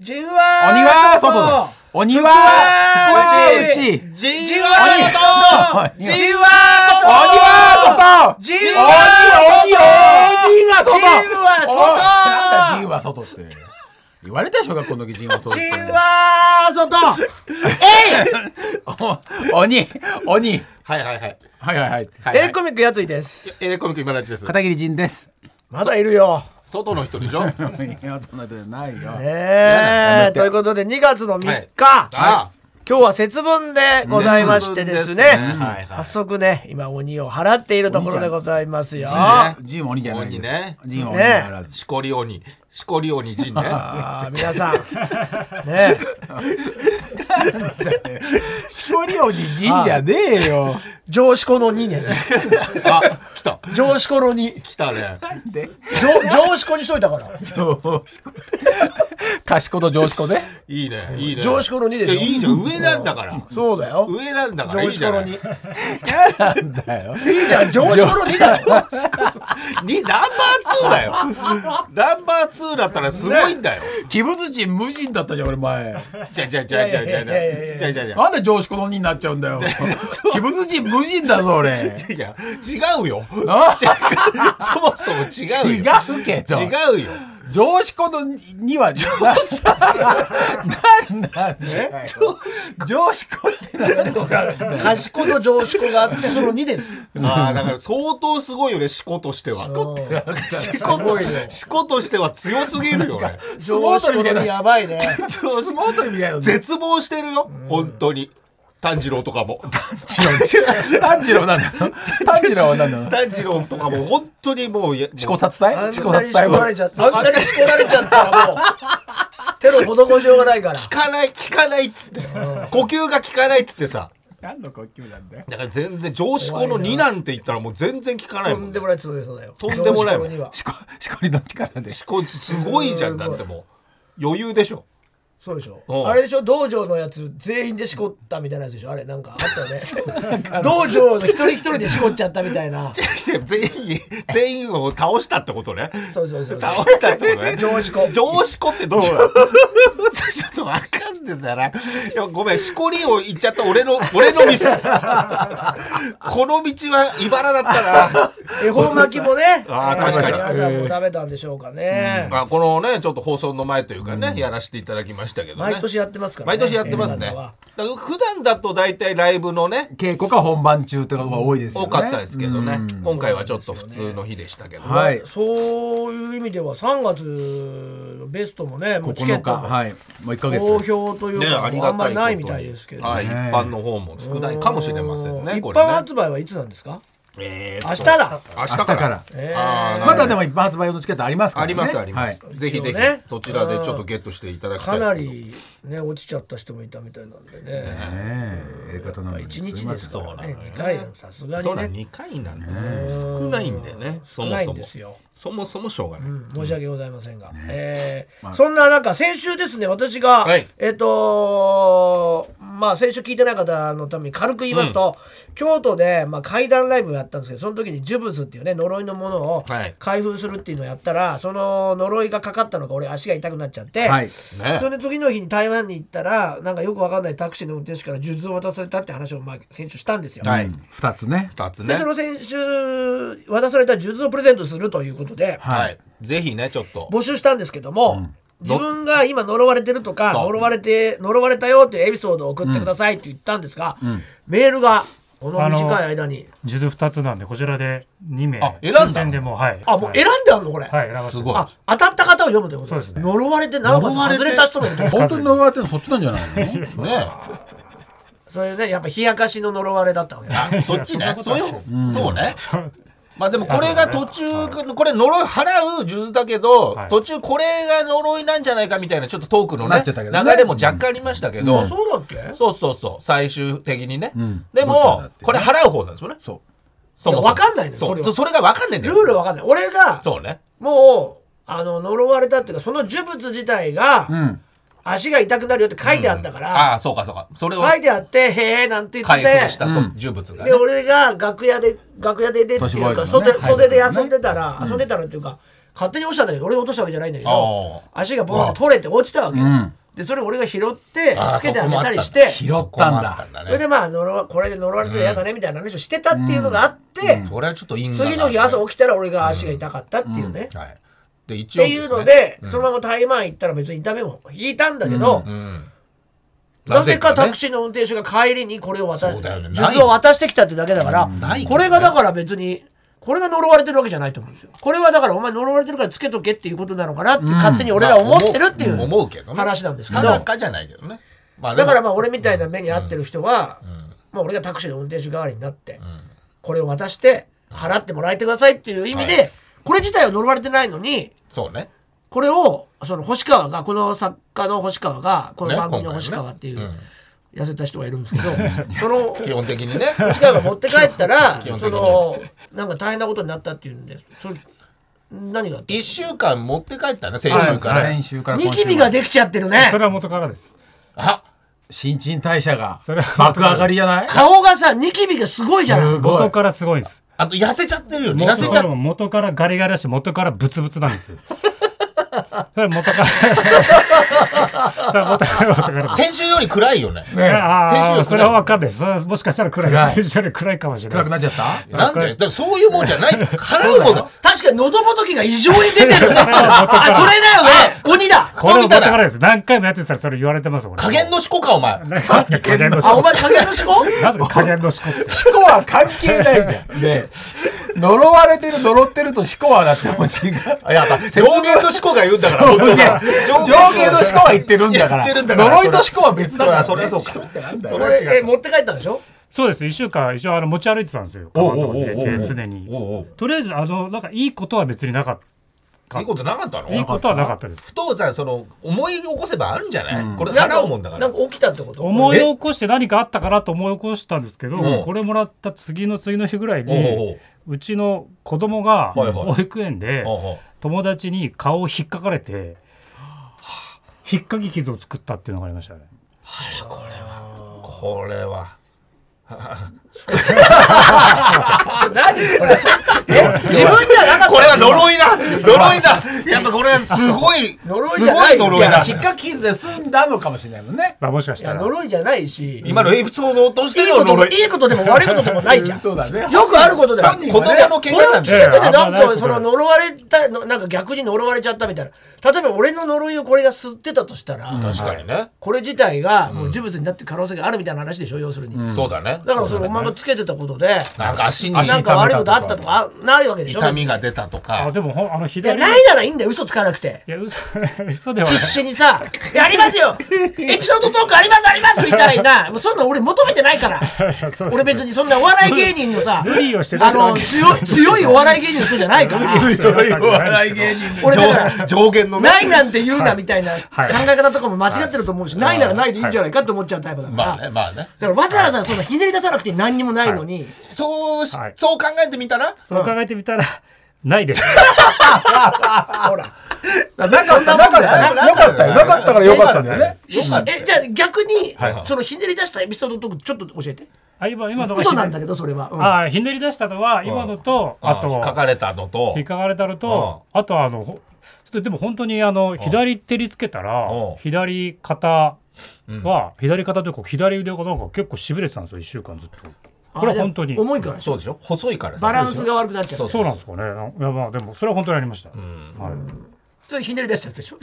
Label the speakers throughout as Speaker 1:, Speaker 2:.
Speaker 1: じんわ
Speaker 2: 鬼は外だ鬼は内内
Speaker 1: じんわー
Speaker 2: 鬼
Speaker 1: じんわー
Speaker 2: は外
Speaker 1: じん
Speaker 2: 鬼
Speaker 1: わー
Speaker 2: 鬼鬼が外
Speaker 1: じんは外
Speaker 2: おなんだジンは外って言われたよ小学校の時ジンは外って
Speaker 1: じんわー外
Speaker 2: お鬼鬼
Speaker 3: はいはいはい。
Speaker 2: はいはいはい
Speaker 3: はいは
Speaker 1: A
Speaker 3: い
Speaker 1: コミックやついです
Speaker 3: エレコミック今立ちです。
Speaker 2: 片桐仁です
Speaker 1: まだいるよ
Speaker 3: 外の 人でしょ。
Speaker 2: いやそんなことないよ
Speaker 1: ねえということで2月の3日
Speaker 3: あ
Speaker 1: 今日は節分でございましてです
Speaker 3: 節分ですねはいは
Speaker 1: ね
Speaker 3: い
Speaker 1: 早速ね今鬼を払っているところでございますよ
Speaker 3: ね
Speaker 2: ジンは鬼じゃないけど
Speaker 3: 鬼ね
Speaker 2: ジンは鬼じゃない
Speaker 3: あ、しこり鬼、しこり鬼陣ね。
Speaker 1: あー皆さんね
Speaker 2: しこり鬼ジンじゃねえよ
Speaker 1: 上司この2年
Speaker 3: あ、来た。
Speaker 1: 上司この2
Speaker 3: 来たね。
Speaker 2: で
Speaker 1: 上上司こにしといたから
Speaker 2: 賢と上司子ね
Speaker 3: いいね、いいね。
Speaker 1: 上司この2で
Speaker 3: いや
Speaker 1: しょ
Speaker 3: いいじゃん、上なんだから。
Speaker 1: そうだよ
Speaker 3: 上なんだからい
Speaker 1: 上
Speaker 3: い
Speaker 1: 司
Speaker 3: じゃ
Speaker 1: こ
Speaker 3: な
Speaker 1: の
Speaker 3: い。
Speaker 1: 2
Speaker 2: なんだよ
Speaker 1: いいじゃん上司この2だよ
Speaker 3: にナンバー2だよ。 ナンバー2だったらすごいんだよ。
Speaker 2: 鬼物人無人だったじゃん俺前
Speaker 3: じゃじゃじゃじゃ
Speaker 1: い
Speaker 3: じゃじ
Speaker 1: やいやいやいや
Speaker 3: ゃじゃじゃじゃ。
Speaker 2: なんで上司この鬼になっちゃうんだよ鬼物人無人だぞ俺
Speaker 3: いや、違うよ。
Speaker 2: あ
Speaker 3: そもそも違う
Speaker 2: 違
Speaker 3: よ。
Speaker 2: うけど
Speaker 3: 違うよ。
Speaker 2: 上司このには上司なんなんだよ上司こってなんだ
Speaker 1: 賢と上司こがあってその2です
Speaker 3: ああ、だから相当すごいよね、しことしては。しこと、しことしては強すぎるよね。
Speaker 2: 相
Speaker 1: 上
Speaker 2: 撲
Speaker 1: 司
Speaker 2: 取り
Speaker 1: こ
Speaker 2: み
Speaker 1: の
Speaker 2: た
Speaker 1: 2
Speaker 2: いな
Speaker 1: やばいね
Speaker 2: 相撲取りみたいな
Speaker 3: 絶望してるよ、本当に。炭治郎 とかも。
Speaker 2: 炭治郎なんだ炭治郎はなんだ ろう
Speaker 3: 炭治郎とかも本当にもう、いや
Speaker 2: 四
Speaker 3: も
Speaker 2: 股
Speaker 3: う
Speaker 2: 殺
Speaker 1: あんなに
Speaker 2: 隊四
Speaker 1: し
Speaker 2: 股
Speaker 1: こ
Speaker 2: 殺隊
Speaker 1: ら
Speaker 2: は
Speaker 1: れちゃ ったあんなにしこられちゃったらもう手の施しようがないから
Speaker 3: 効かない、効かないっつって。呼吸が効かないっつってさ。
Speaker 2: 何の呼吸なんだよ
Speaker 3: だから全然、上司この2なんて言ったらもう全然効かない
Speaker 1: と
Speaker 3: もん
Speaker 1: ん
Speaker 3: ね
Speaker 1: で。もないつもりそうだよ
Speaker 3: とんでもないもん
Speaker 1: 上司この二は
Speaker 2: しこしこりの力で
Speaker 3: しこすごいじゃん、だってもう。余裕でし ょ。
Speaker 1: そうでしょ
Speaker 3: うん
Speaker 1: あれでしょ道場のやつ全員でしこったみたいなやつでしょあれなんかあったよね道場の一人一人でしこっちゃったみたいな
Speaker 3: 全員、全員を倒したってことね。
Speaker 1: そうそうそう
Speaker 3: 倒したってこと ね。
Speaker 1: 上司こ
Speaker 3: 上司こってどうだちょっと分かんでたら。いや、ごめん、しこりを言っちゃった俺の、俺 のミス。この道は茨だった
Speaker 1: 恵方巻きもね
Speaker 3: あー確かに
Speaker 1: 皆さんも食べたんでしょうかね
Speaker 3: な。あこのね、ちょっと放送の前というかね、やらせていただきましたけどね。
Speaker 1: 毎年やってますからね
Speaker 3: 毎年やってますね。
Speaker 1: 映画
Speaker 3: だか
Speaker 1: は
Speaker 3: ら普段だと大体ライブのね、
Speaker 2: 稽古か本番中ってことが多いですよね
Speaker 3: 多かったですけどね。今回はちょっと普通の日でしたけど、
Speaker 2: はい
Speaker 1: そういう意味では3月のベストもねもうチケ
Speaker 2: 9
Speaker 1: ット
Speaker 2: 日
Speaker 1: も
Speaker 2: はいもう1ヶ月
Speaker 1: 好評という
Speaker 3: ね、
Speaker 1: か、
Speaker 3: あり
Speaker 1: あ
Speaker 3: が
Speaker 1: んま
Speaker 3: た
Speaker 1: り
Speaker 3: いことに
Speaker 1: ないみたいですけど、
Speaker 3: はい、一般の方も少ないかもしれませんね。
Speaker 1: 一
Speaker 3: これ
Speaker 1: 般
Speaker 3: ね
Speaker 1: 発売はいつなんですか
Speaker 3: えー
Speaker 1: 明日だ
Speaker 3: 明日
Speaker 2: 明日
Speaker 3: か
Speaker 2: からら。
Speaker 3: あー
Speaker 2: まだでも一般発売用のチケットありますから
Speaker 3: あ
Speaker 2: ね
Speaker 3: りますあります、
Speaker 2: はい
Speaker 3: ぜひぜひ、
Speaker 1: 一応ね
Speaker 3: そちらでちょっとゲットしていただき
Speaker 1: か
Speaker 3: たいです
Speaker 1: な
Speaker 3: けど
Speaker 1: りね落ちちゃった人もいたみたいなんでね
Speaker 2: ねえやり方なのに
Speaker 1: 一日です
Speaker 2: すいま
Speaker 1: からね2回さすが
Speaker 3: そう
Speaker 1: に
Speaker 3: だ
Speaker 1: ね
Speaker 3: 2回なんですよ少ないんだよねそ
Speaker 1: 少
Speaker 3: も
Speaker 1: ない
Speaker 3: そ
Speaker 1: ん
Speaker 3: も
Speaker 1: ですよ
Speaker 3: そもそもしょうがない、
Speaker 1: 申し訳ございませんが、えーそんな中先週ですね私が、
Speaker 3: はい
Speaker 1: えっ、とまあ先週聞いてない方のために軽く言いますと、京都で、まあ、怪談ライブをやったんですけどその時に呪物っていうね呪いのものを
Speaker 3: はい
Speaker 1: 開封するっていうのをやったら、その呪いがかかったのか俺足が痛くなっちゃって、
Speaker 2: せんはい
Speaker 1: それで次の日に台湾に行ったらなんかよくわかんないタクシーの運転手から数珠を渡されたって話を、まあ、先週したんですよ。
Speaker 3: はい
Speaker 2: 2つね
Speaker 3: 2つ
Speaker 1: で
Speaker 3: ね
Speaker 1: その先週渡された数珠をプレゼントするということで、
Speaker 3: はい、ぜひねちょっと
Speaker 1: 募集したんですけども、自分が今呪われてるとか
Speaker 3: そう
Speaker 1: 呪われて呪われたよっていうエピソードを送ってくださいって言ったんですが、メールがこの短い間に
Speaker 4: 数珠二つなんでこちらで二名
Speaker 3: あ選んだ
Speaker 4: 抽選でもうはい
Speaker 1: あもう選んであるのこれ、
Speaker 4: はいはい選ばせ
Speaker 3: す
Speaker 4: て
Speaker 3: ごい
Speaker 1: あ当たった方を読むということ
Speaker 4: そうですね
Speaker 1: 呪われてなおかつ
Speaker 3: 呪われて
Speaker 1: 外れた人もいると
Speaker 2: 本当に呪われてるのそっちなんじゃないの
Speaker 3: ね
Speaker 1: そう いうねやっぱ冷やかしの呪われだったわけだ
Speaker 3: あそっちねそういうそうねまあでもこれが途中これ呪い払う数珠だけど、
Speaker 4: はい
Speaker 3: 途中これが呪いなんじゃないかみたいなちょっとトークの
Speaker 2: な
Speaker 3: ね
Speaker 2: っちゃったけどね
Speaker 3: 流れも若干ありましたけど、
Speaker 1: あそうだっけ
Speaker 3: そうそうそう最終的にね、
Speaker 2: んど
Speaker 3: で
Speaker 2: っちなん
Speaker 3: も
Speaker 2: だってね
Speaker 3: これ払う方なんですよね
Speaker 2: そ
Speaker 3: そもそも
Speaker 1: いやわかんないのよ
Speaker 3: そ
Speaker 1: それ
Speaker 3: う
Speaker 1: は
Speaker 3: そそれが分かんないんだ
Speaker 1: ルー
Speaker 3: よ
Speaker 1: ルわかんない俺が
Speaker 3: そうね
Speaker 1: もうあの呪われたっていうかその呪物自体が、
Speaker 2: ううん
Speaker 1: 足が痛くなるよって書いてあったから、
Speaker 3: ああそうかそうかそれを
Speaker 1: 書いてあってへえなんて言っ
Speaker 3: 回
Speaker 1: て
Speaker 3: 復したと
Speaker 2: うん
Speaker 3: 呪物がね
Speaker 1: で俺が楽屋で楽屋ででっていう
Speaker 2: 都市ボーイ
Speaker 1: か
Speaker 2: ズのね
Speaker 1: 袖
Speaker 2: 配属
Speaker 1: 袖で
Speaker 2: のね
Speaker 1: 遊んでたら、遊んでたらっていうか勝手に落ちたんだけど俺が落としたわけじゃないんだけど
Speaker 3: あ
Speaker 1: 足がボンって取れて落ちたわけ、
Speaker 2: ん
Speaker 1: でそれを俺が拾って
Speaker 3: あー
Speaker 1: つけてあげたりし
Speaker 3: そこもあ
Speaker 1: て
Speaker 2: 拾ったんだ
Speaker 3: 困ったん
Speaker 1: そ
Speaker 3: だ
Speaker 1: れ
Speaker 3: ね
Speaker 1: でまあ呪わこれで呪われて嫌だねみたいな話をしてたっていうのがあって、
Speaker 3: それはちょっと因果が
Speaker 1: 次の日朝起きたら俺が足が痛かったっていうね、っ
Speaker 3: はいで一応
Speaker 1: ていうので、そのまま台湾行ったら別に痛みも引いたんだけど、なぜかタクシーの運転手が帰りにこれを渡
Speaker 3: そう
Speaker 1: し
Speaker 3: だよね
Speaker 1: 術を渡してきたってだけだから、
Speaker 3: ないよね
Speaker 1: これがだから別にこれが呪われてるわけじゃないと思うんですよこれはだからお前呪われてるからつけとけっていうことなのかなって勝手に俺ら思ってるっていう、
Speaker 3: 思うけどね
Speaker 1: 話なんですけど
Speaker 3: 定かじゃないけどねまあで
Speaker 1: だ
Speaker 3: も
Speaker 1: からまあ俺みたいな目に遭ってる人は、まあ、俺がタクシーの運転手代わりになって、これを渡して払ってもらえてくださいっていう意味で、
Speaker 3: はい
Speaker 1: これ自体は呪われてないのに
Speaker 3: そうね
Speaker 1: これをその星川がこの作家の星川がこの
Speaker 3: ね
Speaker 1: 番組の
Speaker 3: 今回ね
Speaker 1: 星川っていう、
Speaker 3: うん
Speaker 1: 痩せた人がいるん ですけどその
Speaker 3: 基本的に ね
Speaker 1: 星川が持って帰ったら
Speaker 3: 基本的
Speaker 1: そ
Speaker 3: に
Speaker 1: のなんか大変なことになったっていうんでそれ何があった
Speaker 3: 一週間持って帰ったね先週から、
Speaker 4: はい
Speaker 2: 先週から
Speaker 1: ニ
Speaker 2: 今週
Speaker 1: キビができちゃってるね
Speaker 4: それは元からです。
Speaker 3: あ
Speaker 2: 新陳代謝が
Speaker 4: それは
Speaker 2: 爆上がりじゃない
Speaker 1: 顔がさニキビがすごいじゃない
Speaker 2: すごい
Speaker 4: 元からすごいんです。
Speaker 3: あと痩せちゃってるよね痩
Speaker 4: 元
Speaker 3: せちゃ
Speaker 4: か
Speaker 3: っ
Speaker 4: ら元からガリガリだし元からブツブツなんです よ。それ元から。それ元から元から。
Speaker 3: 先週より暗いよね先週
Speaker 4: あ
Speaker 3: より暗
Speaker 4: あ、
Speaker 3: い
Speaker 4: それは分かんない。それはもしかしたら暗
Speaker 2: 暗い
Speaker 4: い。先週より暗いかもしれない
Speaker 2: 暗
Speaker 4: で
Speaker 2: く
Speaker 4: す。
Speaker 2: なっちゃった
Speaker 3: なんでだからそういうもんじゃない払うもんだ
Speaker 1: 確かに喉仏が異常に出てるあそれだよね鬼だ
Speaker 4: これは
Speaker 3: こう見た
Speaker 4: 元
Speaker 3: ら
Speaker 4: からです。何回もやってたらそれ言われてます。俺
Speaker 3: 加減の思考かお前
Speaker 4: 何すか加減の思
Speaker 1: あお
Speaker 4: 考。
Speaker 1: 前影の思考
Speaker 4: なぜ加減の思考って。
Speaker 2: 思考は関係ないじゃん。ねえ呪われてる、呪ってると思考はだってもう違う。
Speaker 3: あやっぱ上限の思考が言うんだから本当
Speaker 2: 上
Speaker 3: に上
Speaker 2: 下の思考は言ってるんだから。
Speaker 3: 言ってるんだから
Speaker 2: 呪いと思考は別だから、
Speaker 3: そりゃそうかそれ
Speaker 1: こ
Speaker 3: は
Speaker 1: れ
Speaker 3: 違
Speaker 1: え
Speaker 3: う
Speaker 1: 持って帰ったんでしょ
Speaker 4: そうです。一週間一応あの持ち歩いてたんですよ。カバンとか
Speaker 3: おうおうおうおう
Speaker 4: で常に
Speaker 3: お。うおう
Speaker 4: とりあえずあのなんかいいことは別になかっ
Speaker 3: いいことなかったの
Speaker 4: た。いいことはなかったです。
Speaker 3: ふとさその思い起こせばあるんじゃない、これ払うもんだか
Speaker 1: な
Speaker 3: ら
Speaker 1: んか起きたってこと
Speaker 4: 思い起こして何かあったかなと思い起こしたんですけど、
Speaker 3: うん
Speaker 4: これもらった次の次の日ぐらいに、
Speaker 3: おうおうおう
Speaker 4: うちの子供
Speaker 3: は
Speaker 4: が
Speaker 3: いはい
Speaker 4: 保育園で
Speaker 3: おうおう
Speaker 4: 友達に顔を引っかかれて引っかき傷を作ったっていうのがありましたね。
Speaker 3: これは
Speaker 1: 何これえ自分じゃなかった
Speaker 3: これは呪いだ呪いだやっぱこれはすごい
Speaker 1: 呪い
Speaker 3: す
Speaker 1: じゃ
Speaker 3: ご
Speaker 1: ない
Speaker 3: い呪い
Speaker 2: だか
Speaker 3: だ
Speaker 2: ら引っかき傷で済んだのかもしれないもんね。
Speaker 4: まあもしかし
Speaker 1: い
Speaker 4: た
Speaker 1: や
Speaker 4: ら。
Speaker 1: 呪いじゃないしいい
Speaker 3: 今のエピソードとして
Speaker 1: こ
Speaker 3: の
Speaker 1: とも
Speaker 3: 呪
Speaker 1: い
Speaker 3: い
Speaker 1: いことでも悪いことでもないじゃん
Speaker 2: そうだね。
Speaker 1: よくあることだよ
Speaker 3: 子供の
Speaker 1: これ
Speaker 3: 怪我
Speaker 1: を
Speaker 3: なん
Speaker 1: 聞
Speaker 3: だ
Speaker 1: いててなん
Speaker 4: いやい
Speaker 1: か
Speaker 4: や
Speaker 1: その呪われたのなんか逆に呪われちゃったみたいな例えば俺の呪いをこれが吸ってたとしたら
Speaker 3: 確かにね、
Speaker 1: これ自体がもう呪物になってる可能性があるみたいな話でしょ要するに
Speaker 3: そうだね
Speaker 1: だからそのお前がつけてたことで
Speaker 3: なんか足に
Speaker 2: 足
Speaker 1: なんか悪いことあったとかあないわけでしょ
Speaker 3: 痛みが出たとか
Speaker 4: あでもほんあの
Speaker 1: いや
Speaker 4: 左
Speaker 1: ないならいいんだよ嘘つかなくて
Speaker 4: いや嘘 嘘ではない
Speaker 1: 必。死にさ「いやありますよエピソードトークありますあります」みたいなもうそんな俺求めてないから
Speaker 4: そうです
Speaker 1: 俺別にそんなお笑い芸人のさ
Speaker 4: 無理をしてた
Speaker 1: あの強い強いお笑い芸人の人じゃないから
Speaker 2: そういうお笑い芸人
Speaker 1: 俺だから
Speaker 3: 上上限のね
Speaker 1: ないなんて言うなみたいな考
Speaker 4: はい
Speaker 1: え方とかも間違ってると思うし、ないならないでいいんじゃないかって思っちゃうタイプだか
Speaker 3: まあ
Speaker 1: ら、
Speaker 3: ねまあね
Speaker 1: だからわざわざそのひねり出さなくて何にもないのに、
Speaker 3: そうし、
Speaker 4: はい
Speaker 3: そう考えてみたら
Speaker 4: そう考えてみたら、ないです。
Speaker 1: ほら
Speaker 2: なかった、なかったよ。よかったよ。なかったからよかったんだよね。
Speaker 1: えじゃあ逆に、
Speaker 3: はいはい
Speaker 1: そのひねり出したエピソードとかちょっと教えて
Speaker 4: あ今今のが
Speaker 1: 嘘なんだけどそれは、うん
Speaker 4: あーひねり出したのは今のと、あと
Speaker 3: 引っかかれたのと
Speaker 4: 引っかかれたのと、あとはあのほちょっとでも本当にあの左手につけたら
Speaker 3: うん
Speaker 4: 左肩は左肩というか左腕がなんか結構しびれてたんですよ1週間ずっとこれは本当に
Speaker 1: あでも重いから
Speaker 3: そうでしょ細いからさ
Speaker 1: バランスが悪くなっちゃう
Speaker 3: そう
Speaker 4: そうなんですかねないやまあでもそれは本当にありました、はい、
Speaker 1: それひねり出しちゃったでしょ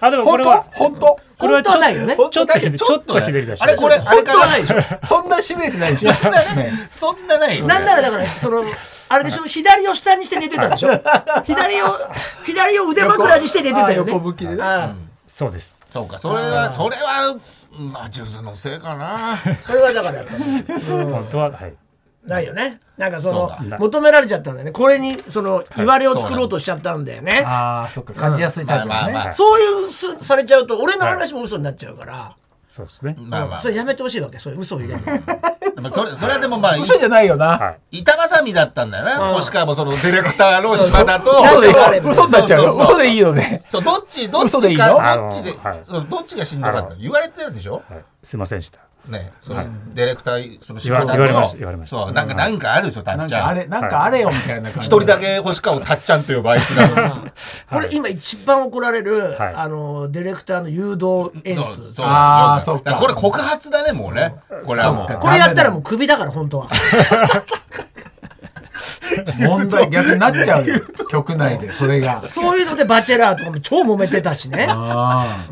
Speaker 4: あでもこ
Speaker 2: 本
Speaker 4: れ
Speaker 2: 当
Speaker 4: は
Speaker 2: 本当
Speaker 4: これはちょ
Speaker 1: 本当はないよね
Speaker 4: っとちょっとひね
Speaker 3: ちょっとね
Speaker 4: ちょっとひねり出し
Speaker 3: あ
Speaker 4: た
Speaker 3: れこれあれ
Speaker 1: 本当
Speaker 3: か
Speaker 1: は
Speaker 3: ら
Speaker 1: ないでしょ
Speaker 2: そんなしびれてないし。そんなね。
Speaker 3: そんなないよね
Speaker 1: なんならだからそのあれでしょ左を下にして寝てたでしょ左を左を腕枕にして寝てたよね
Speaker 2: 横向きでね
Speaker 1: ああ
Speaker 4: そうです
Speaker 3: そうかそれはそれはまあ数珠のせいかな
Speaker 1: それはだから
Speaker 4: 本当ははい
Speaker 1: ないよねなんかそ
Speaker 3: そ
Speaker 1: の
Speaker 3: う
Speaker 4: だ
Speaker 1: 求められちゃったんだよねこれにそのいわれを作ろうとしちゃったんだよね
Speaker 2: ああ、そっか。感じやすいタイプ
Speaker 3: まあ
Speaker 2: だ
Speaker 3: まあま
Speaker 2: ね。
Speaker 3: あ
Speaker 1: そういうすされちゃうと俺の話も嘘になっちゃうから、
Speaker 4: そうですね
Speaker 3: まあまあ
Speaker 1: それやめてほしいわけそれ嘘を入れるの
Speaker 3: まあそれそれはでもまあい
Speaker 2: 嘘じゃないよな。
Speaker 4: はい
Speaker 3: 板挟みだったんだよな、もしかもそのディレクターの島田と
Speaker 2: 嘘でいい
Speaker 1: なんか
Speaker 2: 嘘になっちゃうよ。
Speaker 3: そうそうそう
Speaker 2: 嘘でいいよね。
Speaker 3: そうどっちどっ
Speaker 2: 嘘でい
Speaker 3: ち
Speaker 2: い
Speaker 3: か
Speaker 2: の
Speaker 3: どっちで
Speaker 4: あのはい
Speaker 3: そうどっちがしんどかったの言われてるでしょ
Speaker 4: はいすいませんでした
Speaker 3: ね、そのディレクター、その
Speaker 4: 言わ
Speaker 3: だ
Speaker 4: 言われました言われました
Speaker 3: そう、なんか、なんかあるでしょ、た
Speaker 2: な
Speaker 3: っ
Speaker 2: ん
Speaker 3: ちゃ
Speaker 2: かあ
Speaker 3: ん。
Speaker 2: れ、
Speaker 3: 一
Speaker 2: なんかあれよみたいな感じ。
Speaker 3: 人だけ星川をたっちゃんと呼ばれてた。
Speaker 1: これ今一番怒られる、
Speaker 4: はい
Speaker 1: あのディレクターの誘導演
Speaker 3: そう、
Speaker 1: 出
Speaker 3: そう。
Speaker 2: あー
Speaker 3: そう
Speaker 2: そっか
Speaker 3: これ告発だね、もうね。これはも
Speaker 2: そっか
Speaker 3: う。
Speaker 1: これやったらもうクビだから本当は
Speaker 2: 問題逆になっちゃうよ。局内で、それが。
Speaker 1: そういうので「バチェラー」とかも超揉めてたしね
Speaker 2: あ